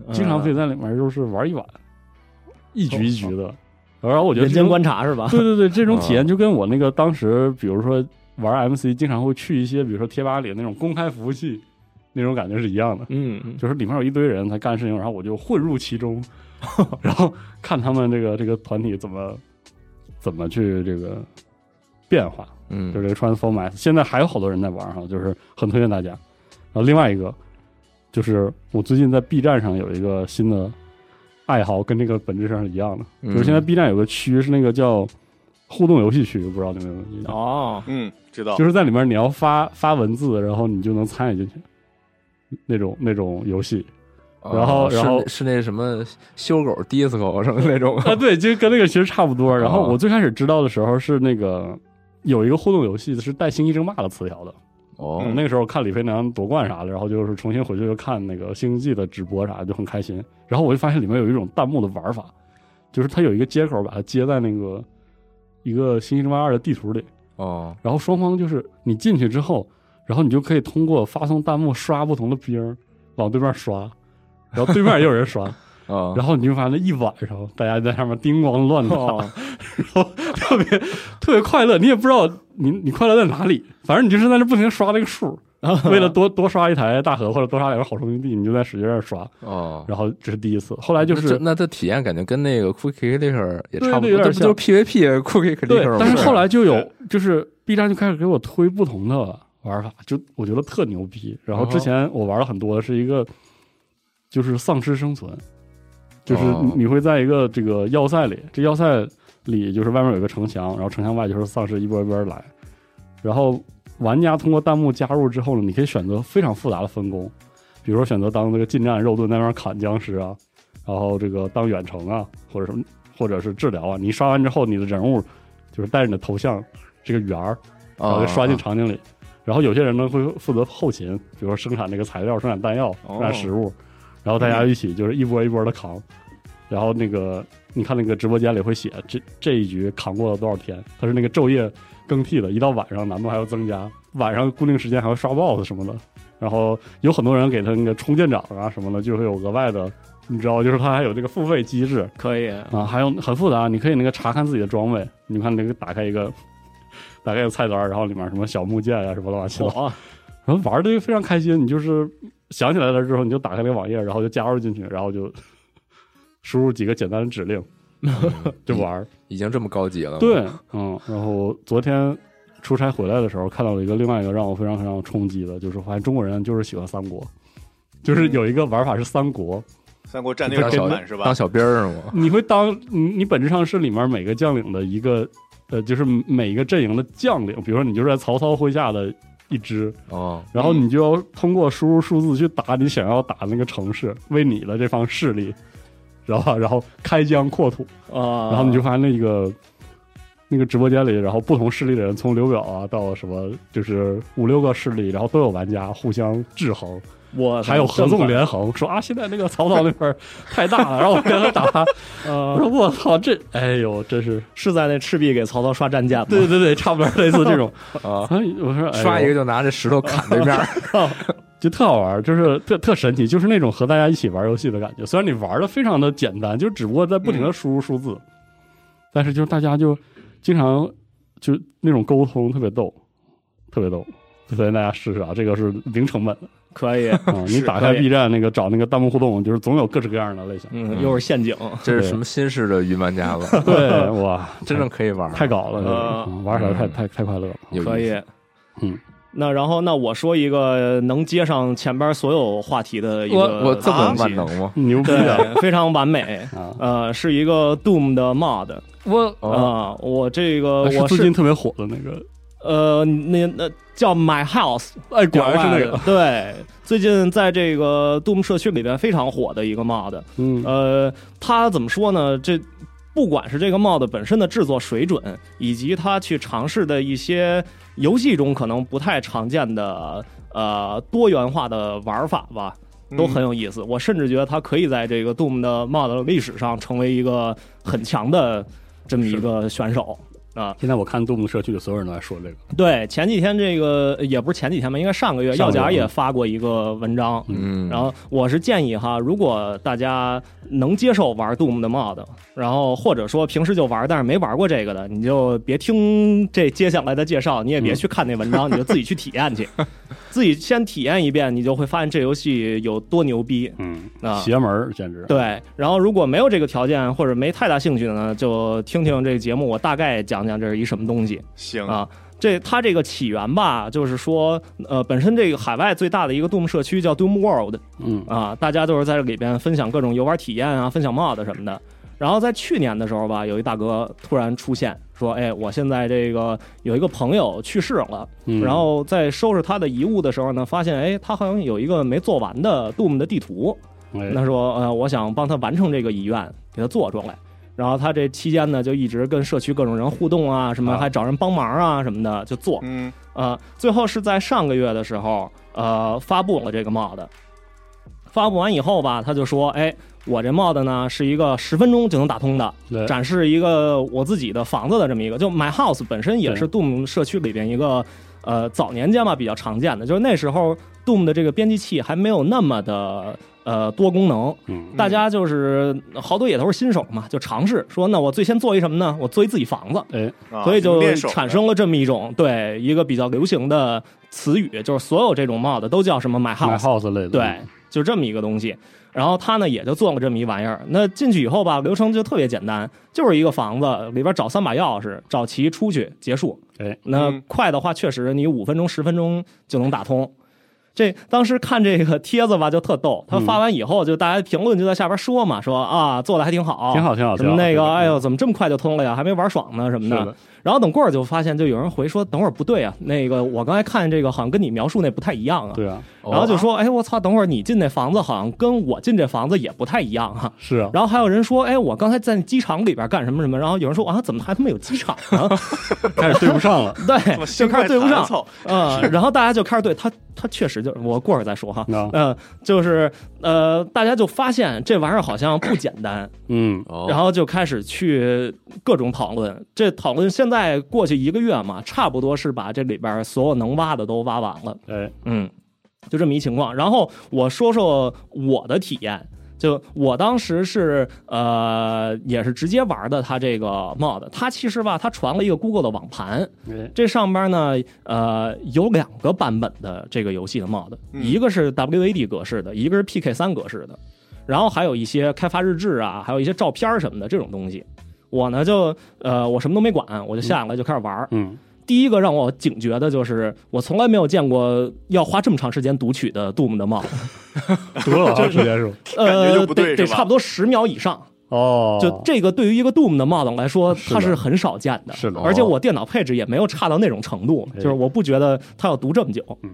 嗯经常可以在里面就是玩一晚，一局一局的。然后我觉得哦这人间 种观察是吧？对对对，这种体验就跟我那个当时，比如说玩 MC 经常会去一些，比如说贴吧里那种公开服务器，那种感觉是一样的。嗯，嗯就是里面有一堆人在干事情，然后我就混入其中， 然后看他们这个这个团体怎么怎么去这个变化，嗯，就是这个 Transform S。现在还有好多人在玩哈，就是很推荐大家。然后另外一个就是我最近在 B 站上有一个新的爱好，跟这个本质上是一样的，就是现在 B 站有个区是那个叫互动游戏区，不知道你们有没有印象？ 哦，嗯，知道，就是在里面你要发发文字，然后你就能参与进去那种那种游戏哦然后是然后那是那什么修狗 disco 什么那种， 啊，对，就跟那个其实差不多。然后哦我最开始知道的时候是那个有一个互动游戏是带星际争霸的词条的，哦，我那个时候看李飞南夺冠啥的，然后就是重新回去又看那个星际的直播啥的，就很开心。然后我就发现里面有一种弹幕的玩法，就是它有一个接口把它接在那个一个星际争霸二的地图里，哦，然后双方就是你进去之后，然后你就可以通过发送弹幕刷不同的兵儿往对面刷，然后对面也有人刷，哦，然后你就发现一晚上大家在上面叮咣乱打，哦然后特别特别快乐，你也不知道你你快乐在哪里，反正你就是在那不停地刷那个数， 啊为了多多刷一台大河或者多刷两个好冲击地，你就在使劲儿刷。哦，然后这是第一次，后来就那这是那这体验感觉跟那个 Cookie Clicker 也对差不对多，有点这不就是像 PVP Cookie 对 Clicker 吗？，但是后来就有是就是 B 站就开始给我推不同的玩法，就我觉得特牛逼。然后哦之前我玩了很多是一个就是丧尸生存，就是哦你会在一个这个要塞里，这要塞里就是外面有一个城墙，然后城墙外就是丧尸一波一波来，然后玩家通过弹幕加入之后呢，你可以选择非常复杂的分工，比如说选择当这个近战肉盾在那边砍僵尸啊，然后这个当远程啊，或者什么，或者是治疗啊。你刷完之后，你的人物就是带着你的头像这个圆儿，然后哦就刷进场景里。然后有些人呢会负责后勤，比如说生产这个材料、生产弹药、哦生产食物，然后大嗯家一起就是一波一波的扛。然后那个你看那个直播间里会写这这一局扛过了多少天，它是那个昼夜更替的，一到晚上难度还要增加，晚上固定时间还会刷 BOSS 什么的。然后有很多人给他那个充舰长啊什么的，就会有额外的，你知道，就是他还有这个付费机制可以，啊，还有很复杂，你可以那个查看自己的装备，你看那个打开一个， 打开一个菜单，然后里面什么小木剑啊什么乱七八糟，火，然后玩的非常开心，你就是想起来了之后，你就打开那个网页，然后就加入进去，然后就 输入几个简单的指令就玩儿。已经这么高级了，对，嗯，然后昨天出差回来的时候，看到了一个另外一个让我非常非常冲击的，就是发现中国人就是喜欢三国，就是有一个玩法是三国，三国战略当正小版是吧当？小兵儿是吗？你会当你你本质上是里面每个将领的一个，呃，就是每一个阵营的将领，比如说你就是在曹操麾下的一支，哦， 然后你就要通过输入数字去打你想要打那个城市，为你的这方势力，然后然后开疆扩土。啊，然后你就发现那个那个直播间里，然后不同势力的人，从刘表啊到什么，就是五六个势力，然后都有玩家互相制衡，我还有合纵连横，说啊，现在那个曹操那边儿太大了，然后我跟他打 他，我呃，说我操，这哎呦，真是，是在那赤壁给曹操刷战舰吗？ 对对对，差不多类似这种，啊， 哎我说、哎呦、 刷一个就拿这石头砍对 面儿，就特好玩儿，就是特特神奇，就是那种和大家一起玩儿游戏的感觉。虽然你玩的非常的简单，就只不过在不停的输入数字，但是就是大家就经常就那种沟通特别逗，特别逗。推荐大家试试啊，这个是零成本的可 以，啊、你打开可以 B 站那个找那个弹幕互动，就是总有各式各样的类型。嗯，又是陷阱，这是什么新式的云玩 家了？对，哇，真正可以玩儿，太搞了，这个呃嗯玩起来太太太快乐了。有意思可以，嗯。那然后，那我说一个能接上前边所有话题的一我个我这么东万西能吗？牛逼啊！ 对，非常完美。啊，哦呃，是一个 Doom 的 mod 我啊、我这个是我最是近特别火的那个，呃，那那叫 My House，哎，果国然外是那的个，对，最近在这个 Doom 社区里边非常火的一个 mod，嗯，呃，它怎么说呢？这不管是这个 mod 本身的制作水准，以及它去尝试的一些游戏中可能不太常见的呃多元化的玩法吧，都嗯嗯很有意思。我甚至觉得它可以在这个 Doom 的 mod 历史上成为一个很强的这么一个选手。啊。现在我看杜牧社区里所有人都在说这个，对，前几天这个也不是前几天吧，应该上个月上药个月贾也嗯发过一个文章，嗯，然后我是建议哈，如果大家能接受玩 Doom 的 mod，然后或者说平时就玩但是没玩过这个的，你就别听这接下来的介绍，你嗯也别去看那文章，你就自己去体验 去，自己先体验一遍，你就会发现这游戏有多牛逼嗯，啊！邪门儿简直。对，然后如果没有这个条件或者没太大兴趣的呢，就听听这个节目，我大概讲讲这是一什么东西。行，啊。这它这个起源吧，就是说，呃，本身这个海外最大的一个 Doom 社区叫 Doom World 嗯啊，大家都是在这里边分享各种游玩体验啊，分享 mod 什么的。然后在去年的时候吧，有一大哥突然出现，说：“哎，我现在这个有一个朋友去世了，嗯然后在收拾他的遗物的时候呢，发现哎，他好像有一个没做完的 Doom 的地图，哎他说呃，我想帮他完成这个遗愿，给他做出来。然后他这期间呢，就一直跟社区各种人互动啊，什么啊还找人帮忙啊什么的，就做。嗯，呃，最后是在上个月的时候，呃，发布了这个 mod。发布完以后吧，他就说，哎，我这 mod 呢是一个十分钟就能打通的，对展示一个我自己的房子的这么一个，就 My House 本身也嗯是 Doom 社区里边一个呃早年间吧比较常见的，就是那时候 Doom 的这个编辑器还没有那么的呃多功能，嗯大家就是好多也都是新手嘛，就尝试说那我最先做一什么呢？我做一自己房子，哎啊所以就练手产的生了这么一种对一个比较流行的词语，就是所有这种帽子都叫什么 My ，My House， House 类的，嗯对，就这么一个东西。然后他呢也就做了这么一玩意儿。那进去以后吧，流程就特别简单，就是一个房子里边找三把钥匙，找齐出去结束。哎，那嗯快的话，确实你五分钟、十分钟就能打通。这当时看这个帖子吧，就特逗。他嗯发完以后，就大家评论就在下边说嘛，说啊做的还挺好，挺好挺好什挺么好那是个，的哎呦，怎么这么快就通了呀？还没玩爽呢，什么是的的。，然后等过会儿就发现，就有人回说，等会儿不对啊，那个我刚才看这个好像跟你描述那不太一样啊。对啊，哦然后就说，哎，我操，等会儿你进那房子好像跟我进这房子也不太一样哈、是啊，然后还有人说，哎，我刚才在那机场里边干什么什么，然后有人说啊，怎么还他妈有机场 呢？开始对不上了怎么对，就新开怪始对不谈上，操嗯，然后大家就开始对他，他确实就是我过会儿再说哈，啊， 嗯，就是呃，大家就发现这玩意儿好像不简单，嗯，哦，然后就开始去各种讨论。这讨论现在过去一个月嘛，差不多是把这里边所有能挖的都挖完了。哎，嗯，就这么一情况。然后我说说我的体验，就我当时是呃也是直接玩的它这个 mod，它其实吧，它传了一个 Google 的网盘，哎，这上边呢呃有两个版本的这个游戏的 mod，嗯一个是 WAD 格式的，一个是 PK 三格式的，然后还有一些开发日志啊，还有一些照片什么的这种东西。我呢就呃我什么都没管，我就下来就开始玩儿。嗯，第一个让我警觉的就是，我从来没有见过要花这么长时间读取的 Doom 的帽，多了啊，时间是吧 感呃，觉就不对得得是吧差不多十秒以上。哦，就这个对于一个 Doom 的帽子来说，是的它是很少见的。是的而且我电脑配置也没有差到那种程哦度，哎就是我不觉得它要读这么久。嗯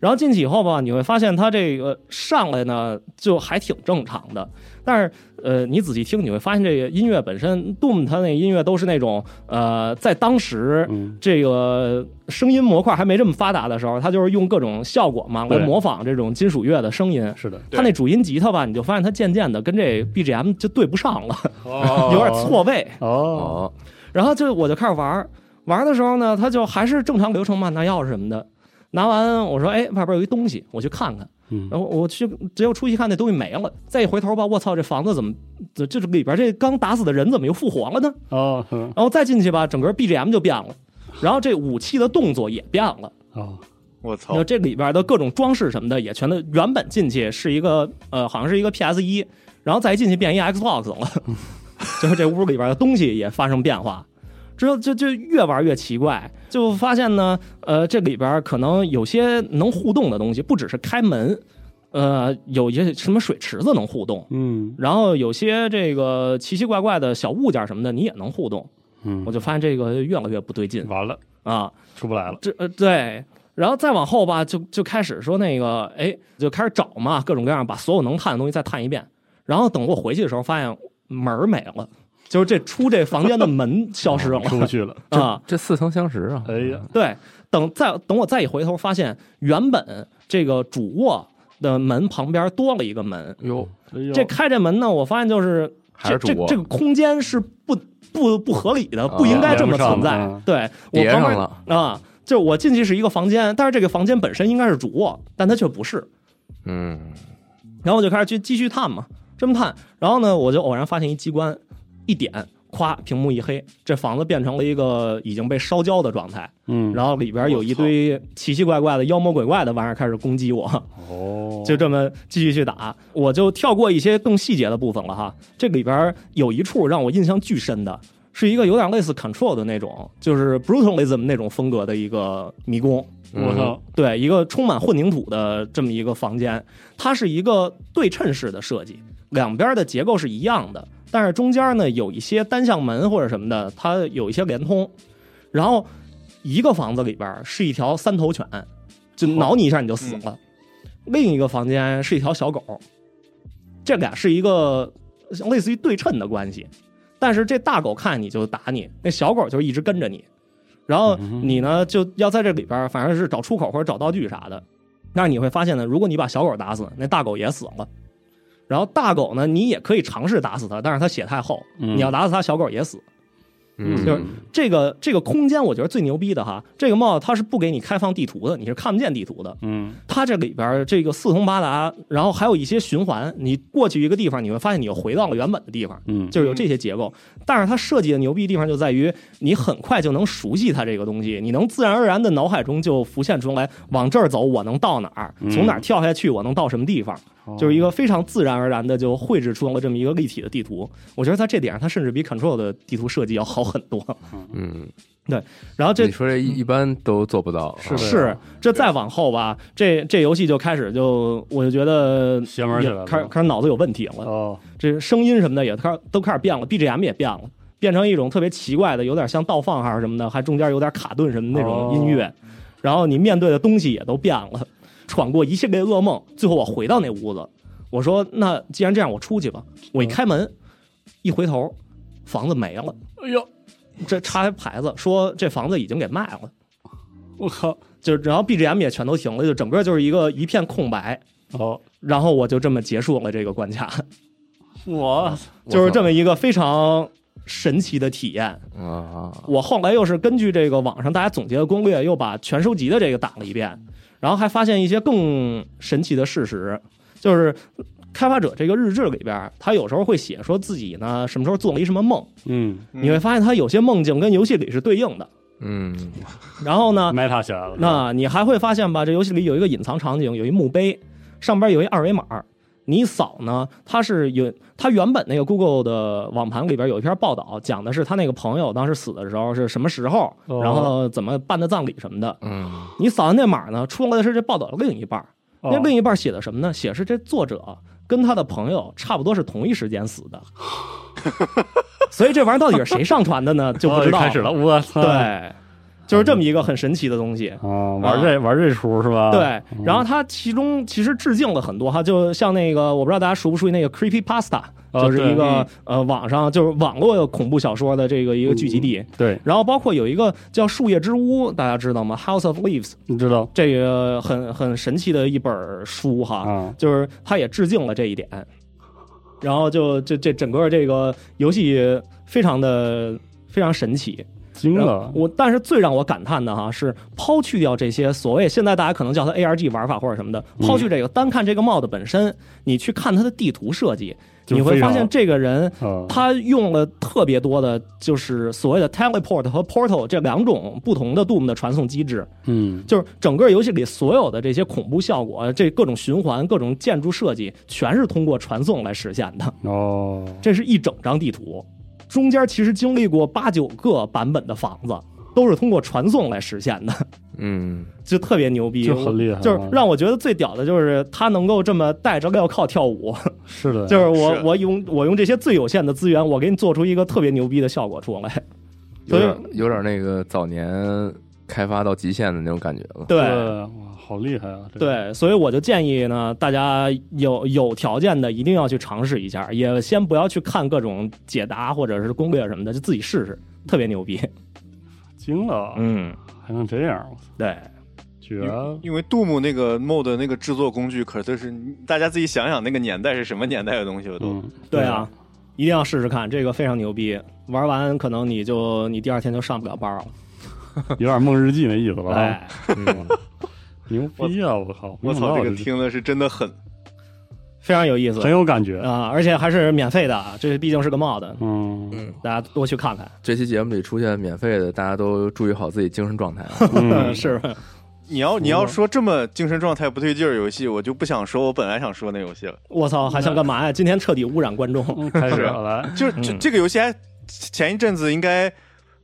然后进去以后吧，你会发现它这个上来呢就还挺正常的，但是呃，你仔细听你会发现这个音乐本身，Doom 它那音乐都是那种呃，在当时嗯，这个声音模块还没这么发达的时候，它就是用各种效果嘛来对模仿这种金属乐的声音。是的，对它那主音吉他吧，你就发现它渐渐的跟这 BGM 就对不上了， 有点错位。哦，哦，然后就我就开始玩儿，玩儿的时候呢，它就还是正常流程嘛，拿钥匙什么的。拿完我说，哎，外边有一东西，我去看看。嗯然后我去，结果出去看那东西没了。再一回头吧，我操，这房子怎么，这这里边这刚打死的人怎么又复活了呢？哦，嗯然后再进去吧，整个 BGM 就变了，然后这武器的动作也变了。哦，我那操，这里边的各种装饰什么的也全都原本进去是一个呃，好像是一个 PS 一，然后再一进去变一 Xbox 了， 就是这屋里边的东西也发生变化。之后就就越玩越奇怪，就发现呢，呃，这里边可能有些能互动的东西，不只是开门，呃，有一些什么水池子能互动，嗯然后有些这个奇奇怪怪的小物件什么的你也能互动，嗯我，就发现这个越来越不对劲完了，啊。出不来了，这呃对，然后再往后吧，就就开始说那个，哎，就开始找嘛，各种各样，把所有能探的东西再探一遍。然后等我回去的时候，发现门儿没了，就是这出这房间的门消失了出不 去了，啊。这似曾相识啊，哎呀，对，等再等我再一回头，发现原本这个主卧的门旁边多了一个门。哟，哎呦这开这门呢，我发现就是还这是主啊这卧这个空间是不不不合理的，不应该这么存在。啊对我叠旁上边了，啊，就是我进去是一个房间，但是这个房间本身应该是主卧，但它却不是。嗯，然后我就开始去继续探嘛，侦探。然后呢，我就偶然发现一机关，一点，咵，屏幕一黑，这房子变成了一个已经被烧焦的状态。嗯，然后里边有一堆奇奇怪怪的妖魔鬼怪的玩意儿开始攻击我，哦，就这么继续去打。我就跳过一些更细节的部分了哈。这里边有一处让我印象巨深的，是一个有点类似 Control 的那种，就是 Brutalism 那种风格的一个迷宫。我操，对，一个充满混凝土的这么一个房间，它是一个对称式的设计，两边的结构是一样的，但是中间呢有一些单向门或者什么的，它有一些连通。然后一个房子里边是一条三头犬，就挠你一下你就死了；另一个房间是一条小狗，这俩是一个类似于对称的关系。但是这大狗看你就打你，那小狗就一直跟着你，然后你呢就要在这里边儿，反正是找出口或者找道具啥的。但是你会发现呢，如果你把小狗打死，那大狗也死了。然后大狗呢，你也可以尝试打死它，但是它血太厚，嗯你要打死它，小狗也死。嗯，就是这个这个空间，我觉得最牛逼的哈，这个帽它是不给你开放地图的，你是看不见地图的。嗯它这里边儿这个四通八达，然后还有一些循环，你过去一个地方，你会发现你又回到了原本的地方。嗯，就是有这些结构。但是它设计的牛逼的地方就在于，你很快就能熟悉它这个东西，你能自然而然的脑海中就浮现出来，往这儿走我能到哪儿，嗯哦从哪儿跳下去我能到什么地方，就是一个非常自然而然的就绘制出了这么一个立体的地图。我觉得在这点上，它甚至比 Control 的地图设计要好很多。嗯，然后这你说这一一般都做不到，是的啊是这再往后吧，这这游戏就开始就我就觉得邪门起来了也开始开始脑子有问题了。哦，这声音什么的也开始都开始变了，BGM 也变了，变成一种特别奇怪的，有点像倒放还是什么的，还中间有点卡顿什么那种音哦乐。嗯然后你面对的东西也都变了，闯过一系列噩梦，最后我回到那屋子，我说那既然这样，我出去吧。我嗯一开门，一回头，房子没了，哎呦，这插一牌子说这房子已经给卖了，我靠，就然后 BGM 也全都停了，就整个就是一个一片空白。哦，然后我就这么结束了这个关卡。我我就是这操么一个非常神奇的体验。啊，我后来又是根据这个网上大家总结的攻略，又把全收集的这个打了一遍，然后还发现一些更神奇的事实，就是开发者这个日志里边，他有时候会写说自己呢什么时候做了一什么梦，嗯嗯你会发现他有些梦境跟游戏里是对应的。嗯，然后呢， ，meta 起来了，啊那你还会发现吧，这游戏里有一个隐藏场景，有一墓碑，上边有一二维码。你一扫呢，它是有它原本那个 Google 的网盘里边有一篇报道，讲的是他那个朋友当时死的时候是什么时候，哦然后怎么办的葬礼什么的。嗯，你扫完那码呢，出来的是这报道的另一半儿，哦那另一半儿写的什么呢？写是这作者跟他的朋友差不多是同一时间死的。所以这玩意儿到底是谁上传的呢？就不哦知道。开始了，。我操，对，就是这么一个很神奇的东西。啊，玩这玩这出是吧？对，然后它其中其实致敬了很多哈，就像那个我不知道大家熟不熟悉那个 Creepy Pasta，啊就是对一个呃网上就是网络恐怖小说的这个一个聚集地。嗯对，然后包括有一个叫《树叶之屋》，大家知道吗？House of Leaves，你知道这个很很神奇的一本书哈，啊，就是它也致敬了这一点。然后就这这整个这个游戏非常的非常神奇，惊然后了，我但是最让我感叹的哈是抛去掉这些所谓现在大家可能叫它 ARG 玩法或者什么的，嗯抛去这个，单看这个帽子本身，你去看它的地图设计，就你会非常发现这个人啊，他用了特别多的就是所谓的 teleport 和 portal 这两种不同的 Doom 的传送机制，嗯，就是整个游戏里所有的这些恐怖效果、这各种循环、各种建筑设计，全是通过传送来实现的。哦，这是一整张地图，中间其实经历过八九个版本的房子，都是通过传送来实现的， 嗯，就特别牛逼，就很厉害啊就是让我觉得最屌的就是他能够这么带着镣铐跳 舞，是的，就是我是我用我用这些最有限的资源，我给你做出一个特别牛逼的效果出来。有所以点有点那个早年开发到极限的那种感觉了，对对，哇，好厉害啊，这个，对，所以我就建议呢，大家有有条件的一定要去尝试一下，也先不要去看各种解答或者是攻略什么的，就自己试试，特别牛逼。惊了，嗯，还能这样，我操对，居然因为 Doom 那个 mod 那个制作工具，可都是大家自己想想那个年代是什么年代的东西吧，都、嗯，对啊，，一定要试试看，这个非常牛逼。玩完可能你就你第二天就上不了班了。有点梦日记那意思了啊。哎，嗯牛逼啊！我靠，我没想操，到这个是听的是真的狠，非常有意思很啊、有感觉。而且还是免费的啊，这毕竟是个 mod，嗯大家多去看看。这期节目里出现免费的，大家都注意好自己精神状态 啊。嗯，是 你要你要说这么精神状态不对劲儿游戏，我就不想说我本来想说那游戏 了。我操，还想干嘛呀？今天彻底污染观众。 嗯开始是啊了来，就是这嗯这个游戏还前一阵子应该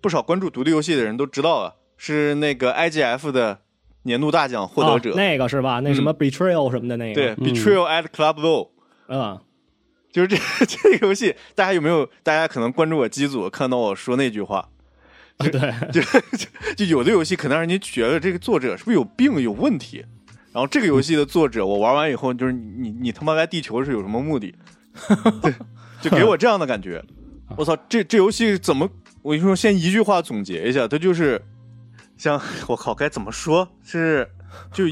不少关注独立游戏的人都知道了，是那个 IGF 的年度大奖 获得者，哦那个是吧？那什么 betrayal 什么的那对个， 《Betrayal at Club Row》。嗯， 就是这 这个游戏，大家有没有？大家可能关注我机组，看到我说那句话，对， 就有的游戏可能让你觉得这个作者是不是有病有问题。然后这个游戏的作者，我玩完以后，就是你你你他妈来地球是有什么目的？ 对，就给我这样的感觉。我操，这这游戏怎么？我跟你说，先一句话总结一下，它就是像 我靠该怎么说？是就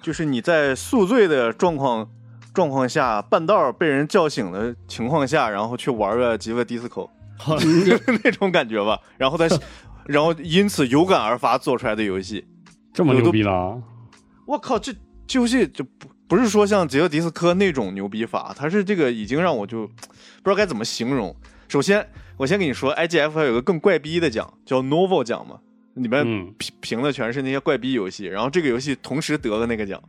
就是你在宿醉的状况状况下，半道儿被人叫醒的情况下，然后去玩个极乐迪斯科， 那种感觉吧。然后再然后因此有感而发做出来的游戏，这么牛逼呢啊？我靠，这这游戏就不不是说像杰克迪斯科那种牛逼法，它是这个已经让我就不知道该怎么形容。首先，我先跟你说，IGF 还有个更怪逼的奖，叫 Novel 奖嘛，里面嗯，评评的全是那些怪逼游戏，然后这个游戏同时得了那个奖。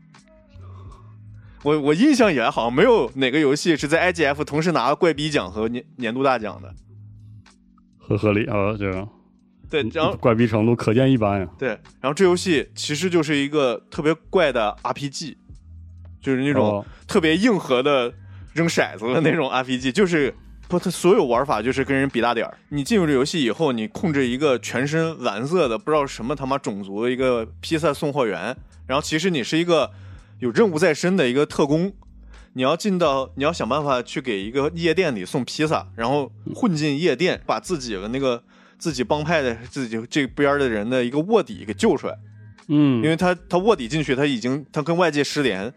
我我印象以来好像没有哪个游戏是在 IGF 同时拿了怪逼奖和年年度大奖的。很合理啊，这个对，然后怪逼程度可见一斑呀。对，然后这游戏其实就是一个特别怪的 RPG，就是那那种特别硬核的扔骰子的那种 RPG，就是 不，它所有玩法就是跟人比大点儿。你进入这游戏以后，你控制一个全身蓝色的不知道什么他妈种族的一个披萨送货员，然后其实你是一个有任务在身的一个特工。你要进到，你要想办法去给一个夜店里送披萨，然后混进夜店，把自己的那个自己帮派的自己这边的人的一个卧底给救出来。嗯，因为他他卧底进去，他已经他跟外界失联，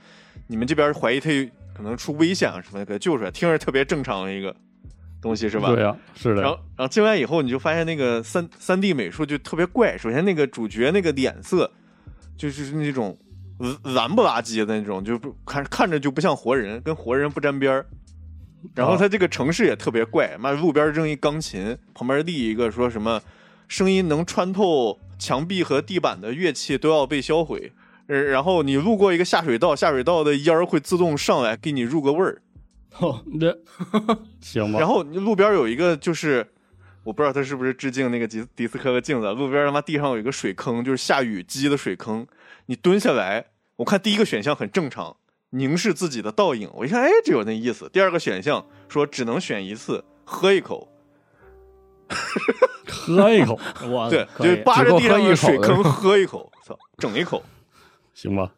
你们这边怀疑他有可能出危险啊什么的，给他救出来，听着特别正常的一个东西是吧？对呀，是然后的，然后进来以后，你就发现那个三三 D 美术就特别怪。首先那个主角那个脸色就是那种蓝蓝不拉几的那种，就不看看着就不像活人，跟活人不沾边儿。然啊后他这个城市也特别怪，妈路边扔一钢琴，旁边立一个说什么声音能穿透墙壁和地板的乐器都要被销毁。呃然后你路过一个下水道，下水道的烟儿会自动上来给你入个味儿。 这哦行吧然，后你路边有一个就是，我不知道他是不是致敬那个迪迪斯科的镜子，路边他妈地上有一个水坑，就是下雨积的水坑，你蹲下来，我看第一个选项很正常，凝视自己的倒影，我一看，哎，这有那意思。第二个选项说只能选一次，喝一口，喝一口， 我对，可就以扒着地上的水只够坑喝一口喝一口，操，整一口。行吧，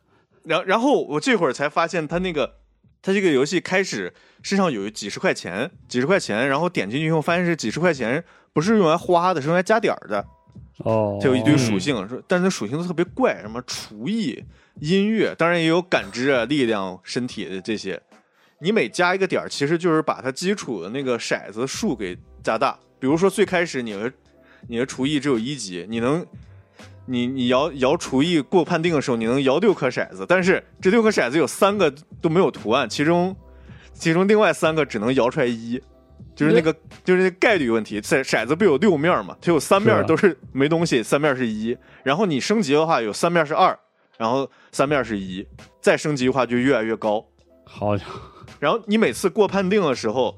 然然后我这会儿才发现，他那个他这个游戏开始身上有几十块钱，几十块钱，然后点进去以后发现是几十块钱，不是用来花的，是用来加点儿的。哦，它有一堆属性，说但是它属性都特别怪，什么厨艺、音乐，当然也有感知啊、力量、身体的这些。你每加一个点儿，其实就是把它基础的那个骰子数给加大。比如说最开始你的你的厨艺只有一级，你能你你摇摇厨艺过判定的时候，你能摇六颗骰子，但是这六颗骰子有三个都没有图案，其中其中另外三个只能摇出来一，就是那个就是那个概率问题。骰骰子不有六面嘛，它有三是面啊都是没东西，三面是一，然后你升级的话有三面是二，然后三面是一，再升级的话就越来越高。好家然后你每次过判定的时候，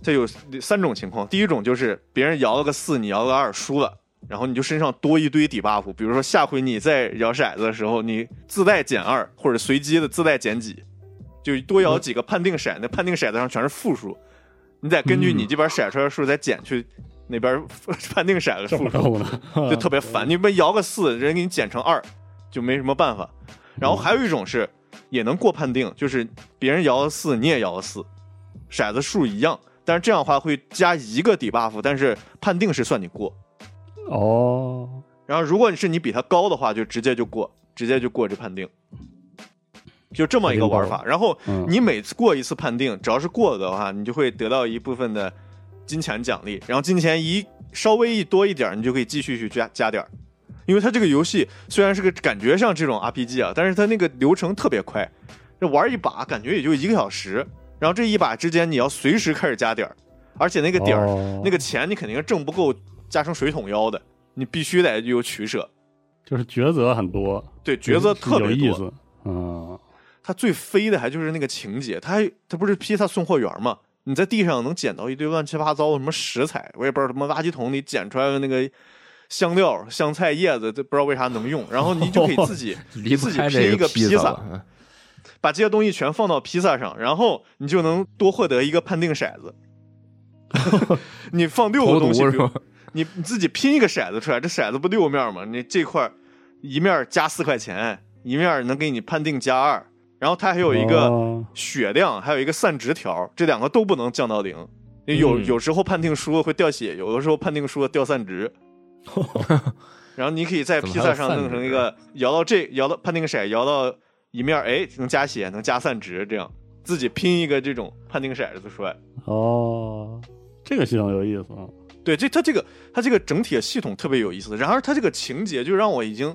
这有三种情况。第一种就是别人摇了个四，你摇个二，输了，然后你就身上多一堆底 buff，比如说下回你再摇骰子的时候，你自带减二或者随机的自带减几，就多摇几个判定骰，那判定骰子上全是负数，你得根据你这边骰出来的数再减去那 边判定骰子这负么数。逗呢，就特别烦。你们摇个四，人给你减成二，就没什么办法。然后还有一种是也能过判定，就是别人摇了四，你也摇了四，骰子数一样，但是这样的话会加一个底 buff，但是判定是算你过。 哦，然后如果你是你比他高的话，就直接就过，直接就过这判定，就这么一个玩法。然后嗯你每次过一次判定，只要是过的话，你就会得到一部分的金钱奖励，然后金钱一稍微一多一点儿，你就可以继续去加加点儿。因为它这个游戏虽然是个感觉上这种 RPG 啊，但是它那个流程特别快，这玩一把感觉也就一个小时，然后这一把之间你要随时开始加点儿，而且那个点儿、哦那个钱你肯定是挣不够加成水桶腰的，你必须得有取舍。就是抉择很多，对，角色特别有意多，思。嗯，它最飞的还就是那个情节，它还它不是披萨送货员嘛？你在地上能捡到一堆乱七八糟的什么食材，我也不知道他妈垃圾桶里捡出来的那个香料、香菜叶子，这不知道为啥能用。然后你就可以自己离不自己开拼这一个披披萨了。嗯把这些东西全放到披萨上，然后你就能多获得一个判定骰子。你放六投个东西，毒比是如吧？你你自己拼一个骰子出来，这骰子不六面吗？你这块儿一面儿加四块钱，一面儿能给你判定加二，然后它还有一个哦嗯血量，还有一个散值条，这两个都不能降到零。有嗯有时候判定输了会掉血，有的时候判定输了掉散 值。然后你可以在怎么披还有萨上散弄成值啊一个摇到这摇到判定骰，摇到一面，哎，能加血，能加散值，这样自己拼一个这种判定骰子出来。哦，这个系统有意思啊。对，这它这个它这个整体的系统特别有意思，然而它这个情节就让我已经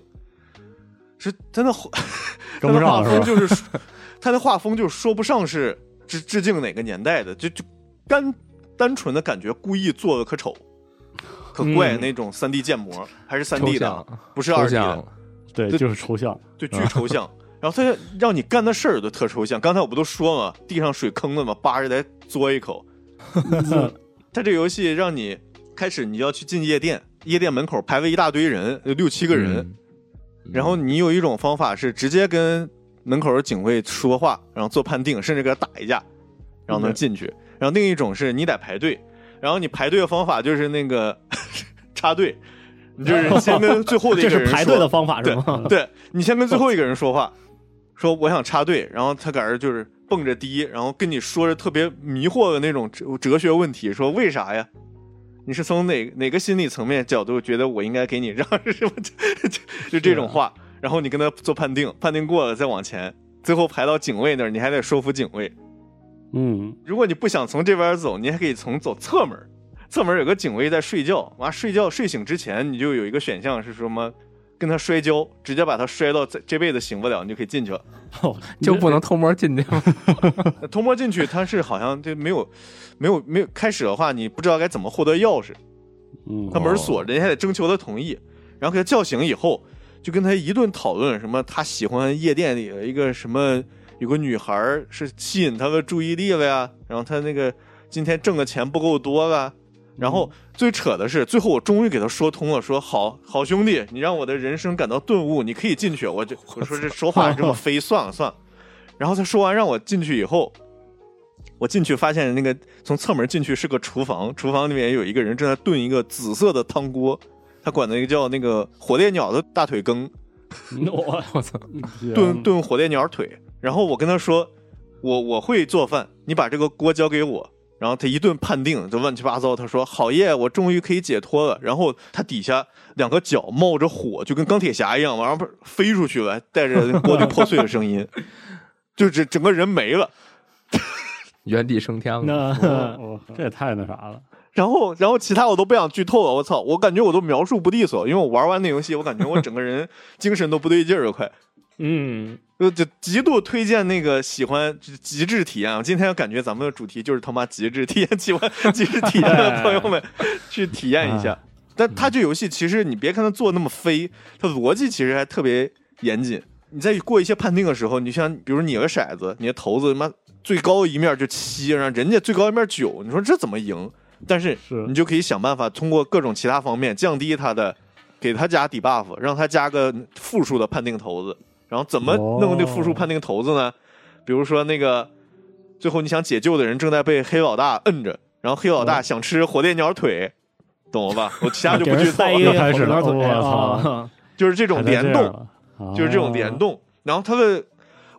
是真的好它跟不的上画了风是吧？就是它的画风就说不上是致致敬哪个年代的，就就单单纯的感觉故意做的可丑、可怪嗯那种三 D 建模，还是三抽 D 的象啊，，不是抽二 D 象的，了，对，这就是抽象。对，巨抽象。 然后它让你干的事儿都特抽象。刚才我不都说嘛，地上水坑了嘛，扒着来嘬一 口。它这游戏让你开始你要去进夜店，夜店门口排位一大堆人，有六七个人。嗯，然后你有一种方法是直接跟门口的警卫说话，然后做判定，甚至给他打一架，然后能进去。然后另一种是你得排队，然后你排队的方法就是那个 插队，你就是先跟最后的一这个是人说，排队的方法是吗？ 对你先跟最后一个人说话，说我想插队，然后他搁这儿就是蹦着迪，然后跟你说着特别迷惑的那种哲哲学问题，说为啥呀？你是从哪哪个心理层面角度觉得我应该给你让什么？就就就这种话，然后你跟他做判定，判定过了再往前，最后排到警卫那儿，你还得说服警卫。嗯，如果你不想从这边走，你还可以从走侧门儿，侧门儿有个警卫在睡觉，完睡觉睡醒之前，你就有一个选项是什么？跟他摔跤，直接把他摔到这这辈子醒不了，你就可以进去了。哦就不能偷摸进去吗？ 那偷摸进去，他是好像就没有，没有，没有。开始的话，你不知道该怎么获得钥匙，嗯他门儿锁着，你还得征求他同意，然后给他叫醒以后，就跟他一顿讨论什么他喜欢夜店里的一个什么有个女孩儿是吸引他的注意力了呀，然后他那个今天挣的钱不够多了，然后最扯的是，最后我终于给他说通了，说好好兄弟，你让我的人生感到顿悟，你可以进去。我就我说这说话这么飞，算了算了。然后他说完让我进去以后，我进去发现那个从侧门进去是个厨房，厨房里面有一个人正在炖一个紫色的汤锅，他管那个叫那个火烈鸟的大腿羹， 我我操，嗯炖炖火烈鸟腿。然后我跟他说，我我会做饭，你把这个锅交给我。然后他一顿判定，就乱七八糟。他说：“好耶，我终于可以解脱了。”然后他底下两个脚冒着火，就跟钢铁侠一样，往上飞出去了，带着锅就破碎的声音， 就整整个人没了。原地升天了。那哦这也太那啥了。然后，然后其他我都不想剧透了。我操，我感觉我都描述不利索，因为我玩完那游戏，我感觉我整个人精神都不对劲儿了，快。嗯，就就极度推荐那个喜欢就极致体验。我啊今天感觉咱们的主题就是他妈极致体验，喜 欢极致体验的朋友们 去体验一下。但它这游戏其实你别看它做得那么飞，它逻辑其实还特别严谨。你在过一些判定的时候，你像比如你有个骰子，你的骰子他妈最高一面就七，然后人家最高一面九，你说这怎么赢？但是是你就可以想办法通过各种其他方面降低它的，给它加底 buff，让它加个负数的判定骰子。然后怎么哦弄这负数判定骰子呢？比如说那个最后你想解救的人正在被黑老大摁着，然后黑老大想吃火烈鸟腿，懂了吧？我其他就哦啊给不人剧透塞一了，个又开始了火腿我操啊！ 就是这种联动，动就是这种哦联。动。然后它的，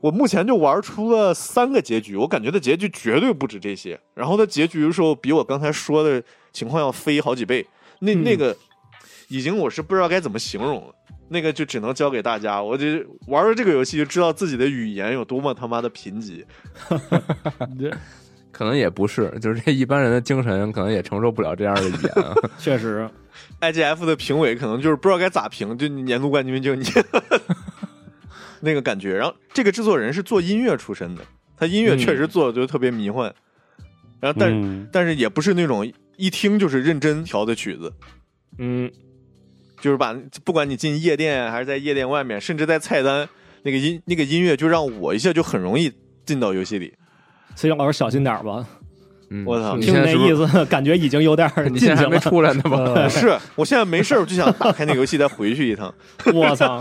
我目前就玩出了三个结局，我感觉的结局绝对不止这些。然后它结局的时候，比我刚才说的情况要飞好几倍。那那个已经我是不知道该怎么形容了，那个就只能交给大家。我就玩了这个游戏，就知道自己的语言有多么他妈的贫瘠。啊这可能也不是，就是这一般人的精神可能也承受不了这样的语言啊。确实， IGF 的评委可能就是不知道该咋评，就年度冠军就你 那个感觉。然后这个制作人是做音乐出身的，他音乐确实做的就特别迷幻，然后但、嗯但是也不是那种一听就是认真调的曲子，嗯，就是把不管你进夜店啊还是在夜店外面，甚至在菜单那个音那个音乐，就让我一下就很容易进到游戏里。所以老师小心点儿吧，嗯我操你听现在那是不意是思，感觉已经有点儿 你现进在去还没了。出 来呢吧？呃是我现在没事儿，我就想打开那个游戏再回去一趟， 我操，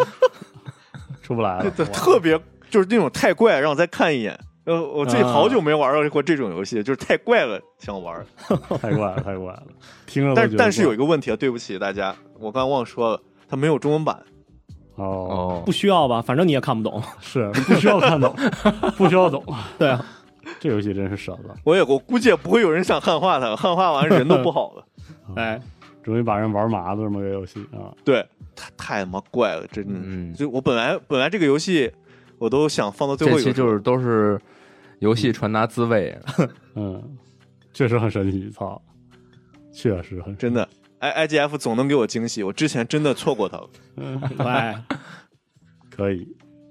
出不啊来了。对，特别就是那种太怪，让我再看一眼。呃，我最啊好久没玩到过这种游戏，就是太怪了，想玩。太怪了，太怪了，听着都但觉得但是有怪一个问题啊，对不起大家，我刚忘说了，它没有中文版。哦，哦不，需要吧？反正你也看不懂。是不需要看懂，不需要懂， 对啊，这游戏真是神了，我也我估计也不会有人想汉化它，汉化完人都不好了。 哎，啊终于把人玩麻了这么个游戏啊！对，太太他妈怪了，真的。嗯，就我本来本来这个游戏我都想放到最这后一期个，就是都是游戏传达滋味， 嗯，确实很神奇，操，确实很真的。I I G F 总能给我惊喜，我之前真的错过它了。 哎，可以，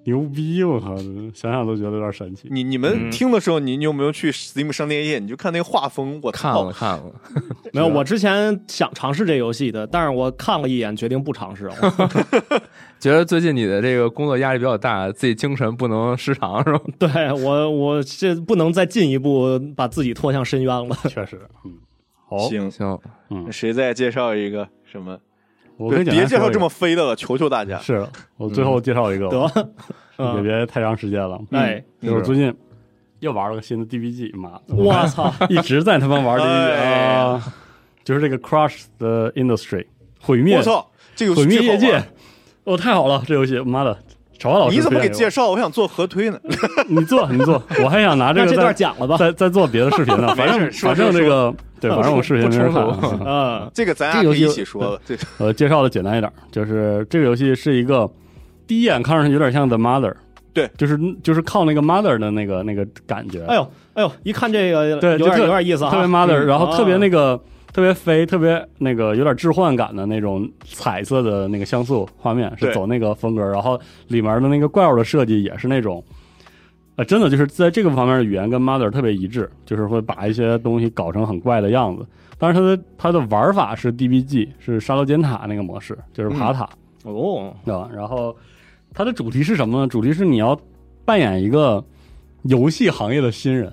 牛逼！我靠，想想都觉得有点神奇。你你嗯们听的时候，你你有没有去 Steam 商店页？你就看那个画风，我看操了看了，没有，我之前想尝试这游戏的，但是我看了一眼，决定不 尝试。觉得最近你的这个工作压力比较大，自己精神不能失常是吧？对我，我这不能再进一步把自己拖向深渊了。 确实，嗯，好，行， 行，嗯谁再介绍一个什么？我跟你别介绍这么嗯飞的了，求求大家。是我最后介绍一个，得，也嗯，别太长时间了。 嗯哎，就是我最近又玩了个新的 DBG，妈，我操，一直在他妈 玩这哎个啊，就是这个 Crush the Industry 毁灭我，操，这个游毁戏灭巨好业玩界，哦，太好了，这游戏，妈的，朝华老师你怎么推给荐介我？绍？我想做核推呢。你做，你做，我还想拿 这那个这段再讲了吧。再再做别的视频呢。 反正没事说反正说这个对，说反正我视频不没人冲突看啊。嗯，这个咱俩这个游可戏以一起说了。对，呃，介绍的简单一点，就是这个游戏是一个第一眼看上去有点像 The Mother，对，就是嗯就是靠那个 Mother 的那个那个感觉，哎呦，哎呦，一看这个，对有就点特有点意思啊，特别 Mother，、嗯然后特别啊那个、特别飞，特别那个有点置换感的那种彩色的那个像素画面，是对走那个风格，然后里面的那个怪物的设计也是那种。呃，真的就是在这个方面的语言跟 Mother 特别一致，就是会把一些东西搞成很怪的样子。但是它的它的玩法是 DBG，是沙漏尖塔那个模式，就是爬塔。哦，对吧？然后它的主题是什么呢？主题是你要扮演一个游戏行业的新人，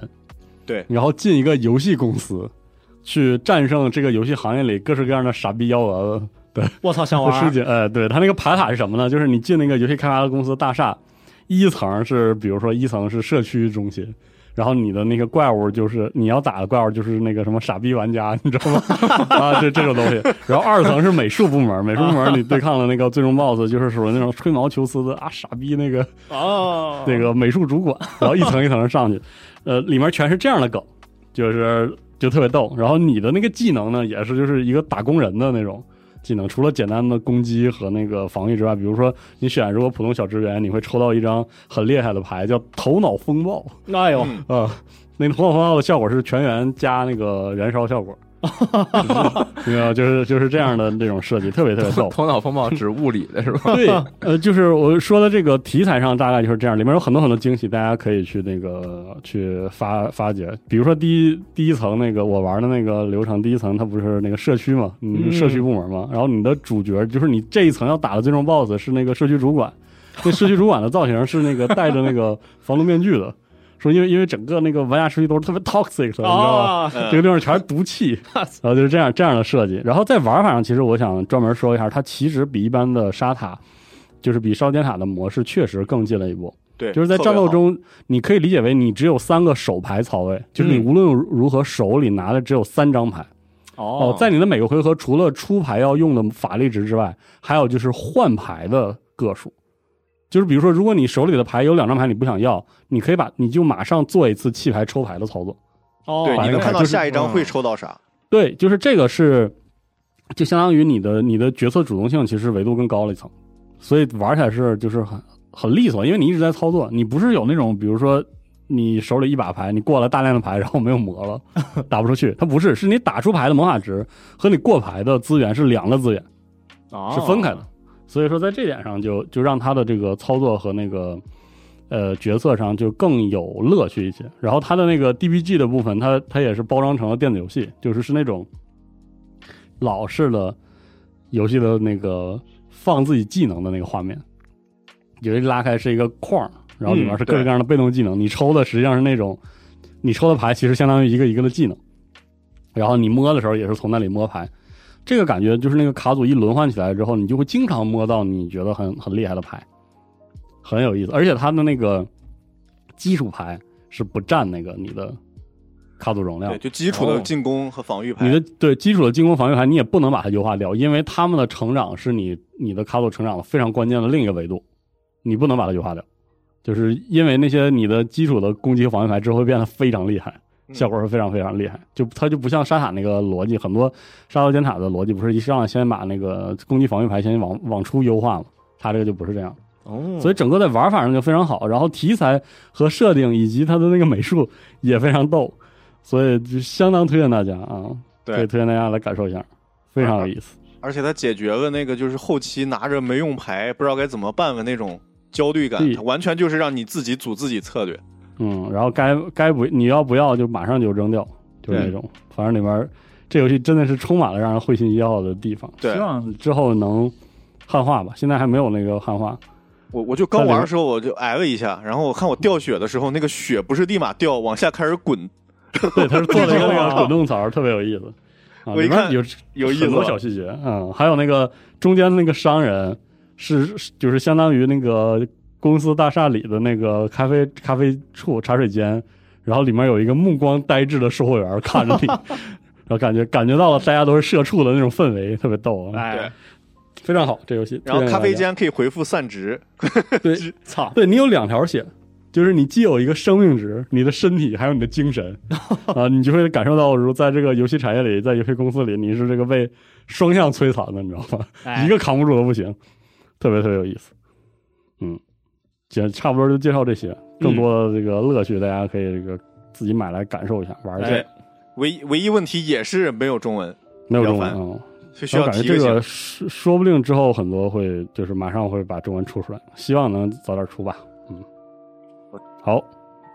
对然后进一个游戏公司，去战胜这个游戏行业里各式各样的傻逼幺蛾子我操，想的玩事儿，情。呃，对，它那个爬塔是什么呢？就是你进那个游戏开发公司大厦，一层是比如说一层是社区中心。然后你的那个怪物就是你要打的怪物就是那个什么傻逼玩家， 你知道吗？啊，这这种东西。然后二层是美术部门，美术部门你对抗的那个最终 BOSS 就是属于那种吹毛求疵的啊傻逼那个 哦，那个美术主管，然后一层一层上去，呃，里面全是这样的梗，就是就特别逗。然后你的那个技能呢，也是就是一个打工人的那种技能，除了简单的攻击和那个防御之外，比如说你选如果普通小职员，你会抽到一张很厉害的牌，叫头脑风暴哎呦，嗯啊、那个头脑风暴的效果是全员加那个燃烧效果， 没有，就是就是这样的那种设计，特别特别逗。 头脑风暴指物理的是吧？ 对，哦呃，就是我说的这个题材上大概就是这样，里面有很多很多惊喜，大家可以去那个去发发掘。比如说第一第一层那个我玩的那个流程，第一层它不是那个社区嘛，你嗯社区部门嘛，然后你的主角就是你这一层要打的最终 BOSS 是那个社区主管，那社区主管的造型是那个戴着那个防毒面具的，说因为因为整个那个玩家社区都是特别 toxic 的，你知道吗？哦，嗯 这个地方全是 毒气，啊然后就是这样这样的设计。然后在玩法上，其实我想专门说一下，它其实比一般的沙塔，就是比烧尖塔的模式确实更进了一步。对，就是在特别战斗好，中，你可以理解为你只有三个手牌槽位，就是你嗯无论如何手里拿的只有三张牌。哦哦，在你的每个回合除了出牌要用的法力值之外，还有就是换牌的个数。就是比如说，如果你手里的牌有两张牌你不想要，你可以把你就马上做一次弃牌抽牌的操作。哦，对，把你那能个看到就是下一张会嗯抽到啥？对，就是这个是，就相当于你的你的决策主动性其实维度更高了一层，所以玩起来是就是很很利索，因为你一直在操作，你不是有那种比如说你手里一把牌，你过了大量的牌，然后没有魔了， 打不出去。它不是，是你打出牌的魔法值和你过牌的资源是两个资源，哦是分开的。所以说在这点上就就让他的这个操作和那个呃角色上就更有乐趣一些。然后他的那个 DBG 的部分，它它也是包装成了电子游戏，就是是那种老式的游戏的那个放自己技能的那个画面，有一拉开是一个框儿，然后里面是各式各样的被动技能，你抽的实际上是那种你抽的牌其实相当于一个一个的技能，然后你摸的时候也是从那里摸牌。这个感觉就是那个卡组一轮换起来之后，你就会经常摸到你觉得很很厉害的牌，很有意思。而且它的那个基础牌是不占那个你的卡组容量对，，就基础的哦进攻和防御牌。嗯你的对基础的进攻防御牌，你也不能把它优化掉，因为他们的成长是你你的卡组成长的非常关键的另一个维度，你不能把它优化掉，就是因为那些你的基础的攻击和防御牌之后会变得非常厉害，嗯效果是非常非常厉害，就它就不像沙塔那个逻辑，很多沙漏尖塔的逻辑不是一上来先把那个攻击防御牌先往往出优化嘛，它这个就不是这样。哦，所以整个在玩法上就非常好，然后题材和设定以及它的那个美术也非常逗，所以就相当推荐大家啊，对可以推荐大家来感受一下，非常有意思。而且它解决了那个就是后期拿着没用牌不知道该怎么办的那种焦虑感，对它完全就是让你自己组自己策略。嗯，然后该该不你要不要就马上就扔掉，就是那种，反正里面这游戏真的是充满了让人会心一笑的地方，对希哦望之后能汉化吧，现在还没有那个汉化，我我就刚玩的时候我就挨了一下，然后我看我掉血的时候，那个血不是立马掉，往下开始滚，对，它是 做了一个那个滚动槽，特别有意思。啊，我一里看面有有意思很多吧小细节，嗯，还有那个中间那个商人是是就是相当于那个公司大厦里的那个咖啡咖啡处茶水间，然后里面有一个目光呆滞的售货员 看着你，然后感觉感觉到了大家都是社畜的那种氛围，特别逗啊，哎，非常好这游戏。然后推荐给咖啡大家间可以回复散值，对操， 对你有两条血，就是你既有一个生命值，你的身体还有你的 精神啊，你就会感受到，如在这个游戏产业里，在游戏公司里，你是这个被双向摧残的，你知道吗？哎一个扛不住都不行，特别特别有意思。嗯，行，差不多就介绍这些，更多的这个乐趣，大家可以这个自己买来感受一下，玩一下。哎 唯一唯一问题也是没有中文，没有中文比啊较，所以需但我要感提觉这醒。个说说不定之后很多会就是马上会把中文出出来，希望能早点出吧。嗯，好，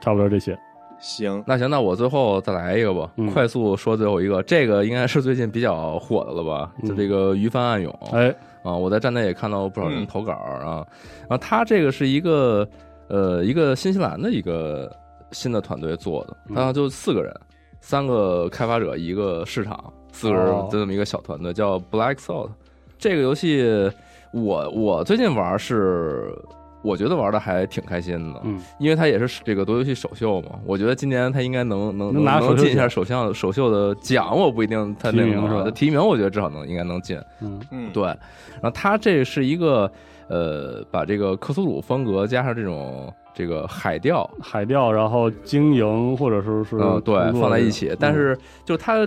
差不多这些。行，那行，那我最后再来一个吧，嗯快速说最后一个，这个应该是最近比较火的了吧？嗯就这个《鱼帆暗涌》哎，啊，我在站内也看到不少人嗯投稿啊，然后它这个是一个呃一个新西兰的一个新的团队做的，嗯它就四个人，三个开发者，一个市场，四个人哦的这么一个小团队叫 Black Salt。这个游戏我我最近玩是。我觉得玩的还挺开心的，嗯，因为它也是这个多游戏首秀嘛，我觉得今年它应该能能能拿能首秀进一下奖首相首秀的奖，我不一定它提那名个是吧提名，我觉得至少能应该能进。嗯，嗯，对，然后它这是一个呃，把这个克苏鲁风格加上这种这个海钓，海钓，然后经营或者说是嗯，对工，作放在这一种起，嗯但是就它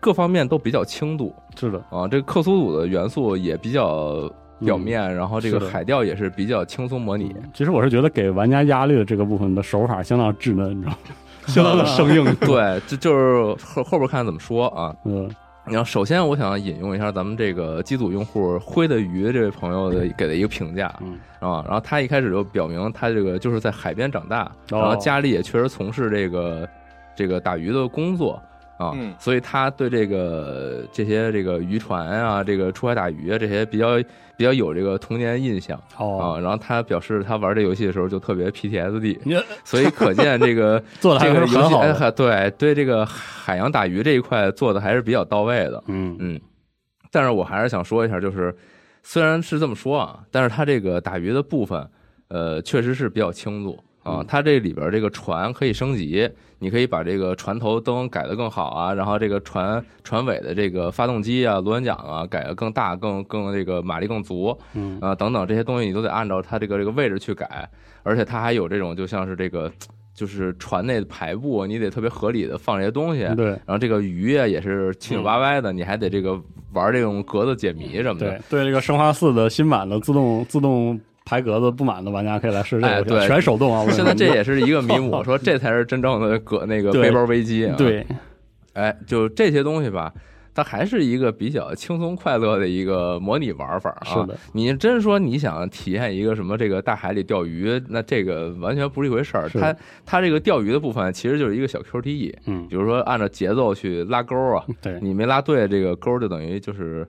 各方面都比较轻度嗯是的，啊，这个克苏鲁的元素也比较表嗯面，然后这是个的海钓也是比较轻松模拟。其实我是觉得给玩家压力的这个部分的手法相当稚嫩，你知道吗？相当的生硬。对，这就是后后边看怎么说啊。嗯，然后首先我想引用一下咱们这个机组用户灰的鱼这位朋友的给的一个评价，嗯啊，然后他一开始就表明他这个就是在海边长大，哦然后家里也确实从事这个这个打鱼的工作啊，嗯所以他对这个这些这个渔船啊，这个出海打鱼啊这些比较比较有这个童年印象。哦，啊，然后他表示他玩这游戏的时候就特别 PTSD，你所以可见 这个做得还这是个游戏很好哎的还对对这个海洋打鱼这一块做的还是比较到位的。嗯嗯，但是我还是想说一下，就是虽然是这么说啊，但是它这个打鱼的部分，呃，确实是比较轻度啊。它这里边这个船可以升级，你可以把这个船头灯改得更好啊，然后这个船船尾的这个发动机啊、螺旋桨啊改得更大、更更这个马力更足，嗯啊等等这些东西你都得按照它这个这个位置去改，而且它还有这种就像是这个。就是船内的排布，你得特别合理的放这些东西，啊对然后这个鱼啊也是七扭八歪的，你还得这个玩这种格子解谜什么的对。对，这个生化四的新版的自动自动。牌格子不满的玩家可以来试试哎这个游戏，对全手动啊！我跟你现在说这也是一个迷雾，说这才是真正 的革那个对背包危机、啊。，对哎，就这些东西吧，它还是一个比较轻松快乐的一个模拟玩法啊。是的，你真说你想体验一个什么这个大海里钓鱼，那这个完全不是一回事儿。是它它这个钓鱼的部分其实就是一个小 QTE，嗯比如说按照节奏去拉钩啊， 对你没拉对，这个钩就等于就是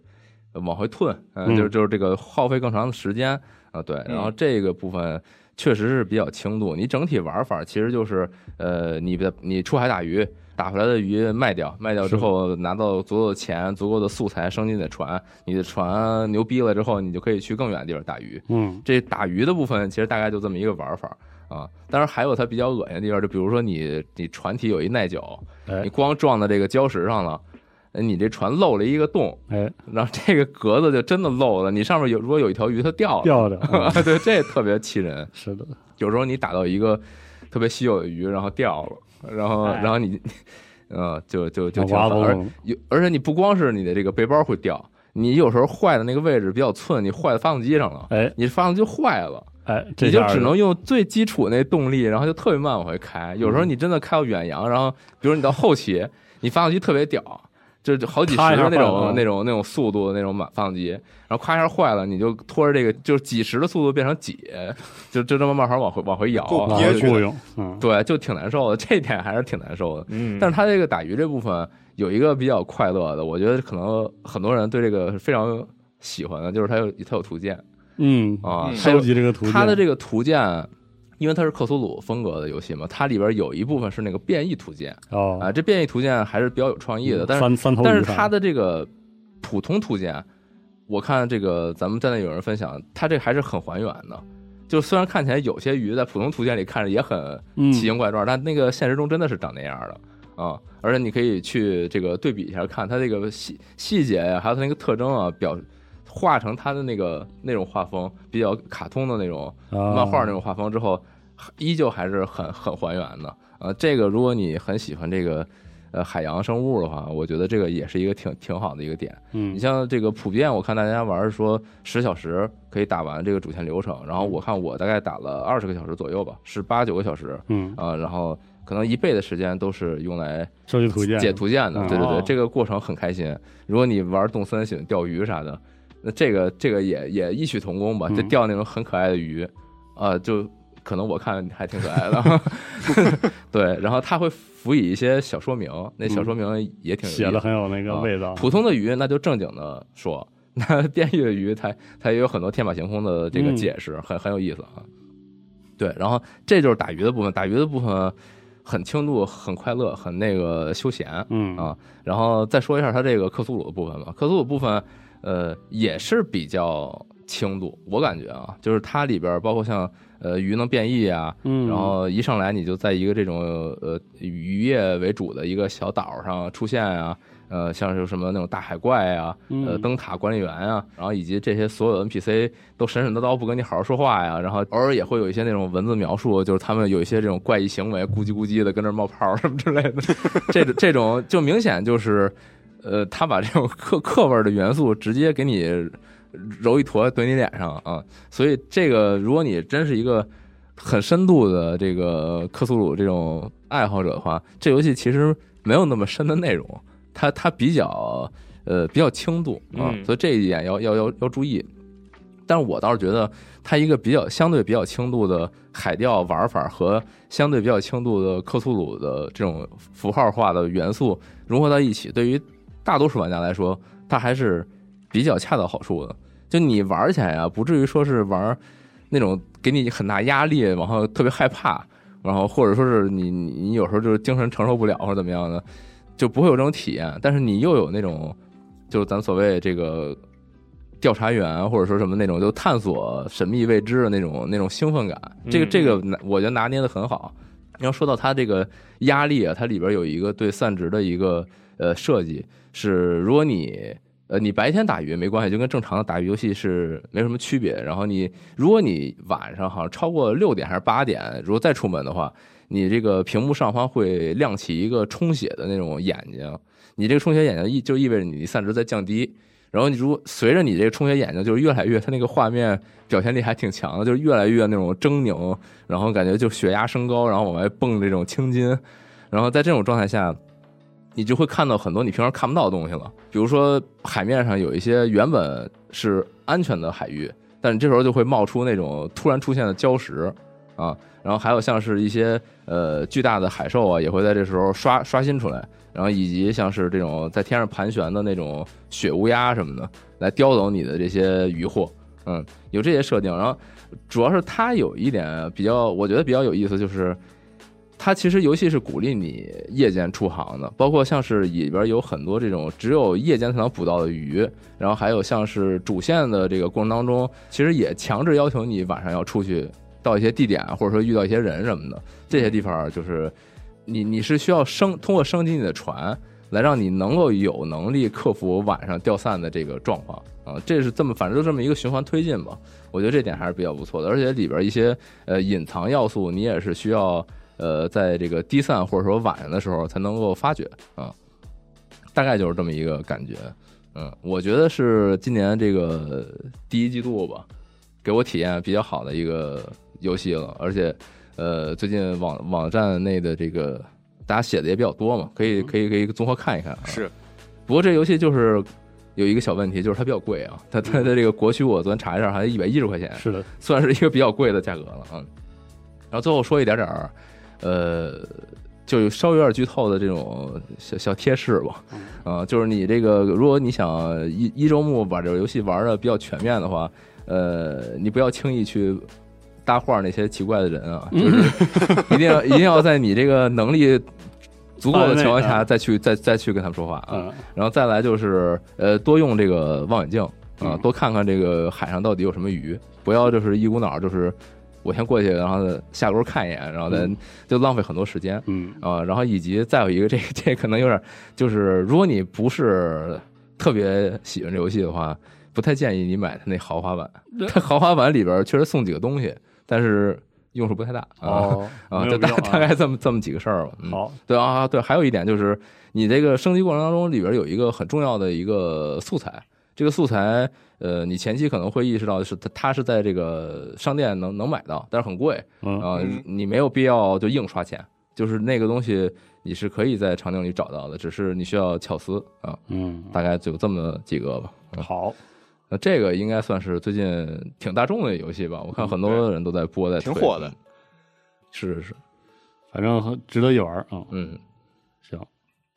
呃往回退，嗯，嗯就是就是这个耗费更长的时间啊，对。嗯然后这个部分确实是比较轻度，你整体玩法其实就是呃，你的你出海打鱼。打回来的鱼卖掉，卖掉之后拿到足够的钱、足够的素材，升级你的船。你的船牛逼了之后，你就可以去更远的地方打鱼。嗯这打鱼的部分其实大概就这么一个玩法啊。当然还有它比较恶心的地方，就比如说你你船体有一耐久，哎你光撞到这个礁石上了，呃你这船漏了一个洞，哎然后这个格子就真的漏了。你上面有如果有一条鱼，它掉了，吊 着，嗯对，这特别气人。是的，有时候你打到一个特别稀有的鱼，然后掉了，然后哎然后你，呃，就就就脑挺瓜烦。子而嗡有而且你不光是你的这个背包会掉，你有时候坏的那个位置比较寸，你坏到发动机上了，哎你发动机坏了。哎，这你就下只能用最基础那动力，然后就特别慢往回开。有嗯时候你真的开到远洋，然后比如你到后期，你发动机特别屌，就就好几十咔一下那坏了嗯种那种那种速度那种满发动机，然后咔一下坏了，你就拖着这个就是几十的速度变成几，就就这么慢慢往回往回摇够，往憋然后回就屈雇佣，嗯对，就挺难受的。这一点还是挺难受的。嗯但是它这个打鱼这部分有一个比较快乐的，我觉得可能很多人对这个是非常喜欢的，就是它有它有图鉴嗯，啊，嗯它有收集这个图鉴，它的这个图鉴，因为它是克苏鲁风格的游戏嘛，它里边有一部分是那个变异图鉴哦嗯啊，这变异图鉴还是比较有创意的，但是三三头但是鱼上它的这个普通图鉴，我看这个咱们站内有人分享，它这还是很还原的。就虽然看起来有些鱼在普通图鉴里看着也很嗯奇形怪状，但那个现实中真的是长那样的啊、而且你可以去这个对比一下，看它这个细细节呀、还有它那个特征啊，表画成它的那个那种画风，比较卡通的那啊种漫啊画那种画风之后，依旧还是很很还原的。呃，这个如果你很喜欢这个呃海洋生物的话，我觉得这个也是一个挺挺好的一个点。嗯你像这个普遍，我看大家玩儿说十小时可以打完这个主线流程，然后我看我大概打了二十个小时左右吧，是八九个小时嗯，啊、然后可能一倍的时间都是用来收集图鉴，解图鉴的，嗯对对对哦，这个过程很开心。如果你玩动森喜欢钓鱼啥的，那这个这个也也异曲同工吧，嗯就钓那种很可爱的鱼，啊，就可能我看还挺可爱 的，对。然后它会辅以一些小说明，那小说明也挺有意思嗯写的很有那啊个味道，普通的鱼那就正经的说， 那变异的鱼它它也有很多天马行空的这个嗯解释，很很有意思啊。对，然后这就是打鱼的部分，打鱼的部分很轻度、很快乐、很那个休闲嗯啊。然后再说一下它这个克苏鲁的部分吧，克苏鲁部分呃也是比较轻度，我感觉啊，就是它里边儿包括像呃鱼能变异啊，嗯，然后一上来你就在一个这种呃渔业为主的一个小岛上出现啊，呃，像是什么那种大海怪啊，呃，嗯灯塔管理员啊，然后以及这些所有 NPC 都神神叨叨不跟你好好说话呀，然后偶尔也会有一些那种文字描述，就是他们有一些这种怪异行为，咕叽咕叽的跟那儿冒泡儿什么之类的，这种这种就明显就是，呃，他把这种课课味儿的元素直接给你揉一坨怼你脸上啊，所以这个如果你真是一个很深度的这个克苏鲁这种爱好者的话，这游戏其实没有那么深的内容，它它比较呃比较轻度啊，嗯所以这一点要要要要注意。但是我倒是觉得它一个比较相对比较轻度的海钓玩法和相对比较轻度的克苏鲁的这种符号化的元素融合到一起，对于大多数玩家来说，它还是比较恰到好处的。就你玩起来啊，不至于说是玩那种给你很大压力，然后特别害怕，然后或者说是你你你有时候就是精神承受不了或者怎么样的，就不会有这种体验。但是你又有那种，就是咱所谓这个调查员或者说什么那种，就探索神秘未知的那种那种兴奋感。这个嗯这个拿我觉得拿捏的很好。要说到它这个压力啊，它里边有一个对散值的一个呃设计，是如果你呃你白天打鱼没关系，就跟正常的打鱼游戏是没什么区别。然后你如果你晚上好像超过六点还是八点，如果再出门的话，你这个屏幕上方会亮起一个充血的那种眼睛，你这个充血眼睛意就意味着你散值在降低。然后你如果随着你这个充血眼睛，就是越来越它那个画面表现力还挺强的，就是越来越那种狰狞，然后感觉就血压升高，然后往外蹦这种青筋，然后在这种状态下，你就会看到很多你平常看不到的东西了。比如说海面上有一些原本是安全的海域，但你这时候就会冒出那种突然出现的礁石啊，然后还有像是一些呃巨大的海兽啊，也会在这时候刷刷新出来。然后以及像是这种在天上盘旋的那种雪乌鸦什么的，来叼走你的这些渔获。嗯，有这些设定。然后主要是它有一点比较，我觉得比较有意思，就是它其实游戏是鼓励你夜间出航的，包括像是里边有很多这种只有夜间才能捕到的鱼，然后还有像是主线的这个过程当中，其实也强制要求你晚上要出去到一些地点，或者说遇到一些人什么的，这些地方就是。你你是需要升通过升级你的船，来让你能够有能力克服晚上掉散的这个状况啊，这是这么反正就这么一个循环推进吧。我觉得这点还是比较不错的，而且里边一些呃隐藏要素，你也是需要呃在这个低散或者说晚上的时候才能够发掘啊。大概就是这么一个感觉，嗯，我觉得是今年这个第一季度吧，给我体验比较好的一个游戏了，而且呃，最近网网站内的这个大家写的也比较多嘛，可以可以可以综合看一看啊。是不过这游戏就是有一个小问题，就是它比较贵啊，它它的这个国区我昨天查一下，好像一百一十块钱，是的，算是一个比较贵的价格了啊。然后最后说一点点儿，呃，就稍微有点剧透的这种小小贴士吧，嗯啊、就是你这个如果你想一一周目把这个游戏玩的比较全面的话，呃，你不要轻易去。搭话那些奇怪的人啊，就是嗯 一定要一定要在你这个能力足够的情况范围内下啊再去再再去跟他们说话啊。嗯，然后再来就是呃，多用这个望远镜啊、嗯多看看这个海上到底有什么鱼，不要就是一股脑儿就是我先过去，然后下楼看一眼，然后再嗯就浪费很多时间嗯，啊、然后以及再有一个，这这可能有点儿就是，如果你不是特别喜欢这游戏的话，不太建议你买它那豪华版。它豪华版里边儿确实送几个东西，但是用处不太大啊、哦，啊，没就有必大要啊大概这么这么几个事儿吧。嗯、好，对啊，对，还有一点就是你这个升级过程当中里边有一个很重要的一个素材，这个素材呃，你前期可能会意识到是它它是在这个商店能能买到，但是很贵嗯，啊、嗯你没有必要就硬刷钱，就是那个东西你是可以在场景里找到的，只是你需要巧思啊，嗯，大概就这么几个吧。好，那这个应该算是最近挺大众的游戏吧，我看很多人都在播，在挺推嗯火的，是是是，反正很值得一玩啊。嗯嗯。行，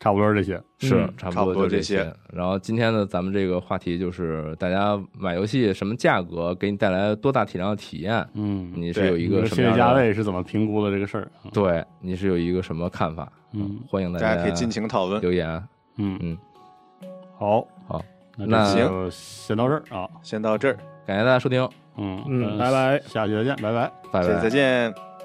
差不多是这些。是嗯差差不不多多就这些些。然后今天呢，咱们这个话题就是大家买游戏什么价格，给你带来多大体量的体验，嗯，你是对有一个什心么理样价的？位是怎么评估的这个事儿啊？对，你是有一个什么看法？嗯欢迎大大家可以尽情讨论。留言。嗯嗯，好好，那那这就先到这儿啊。先到这儿，感谢大家收听，嗯嗯呃拜拜下期再见，拜拜。拜下拜期再。见。拜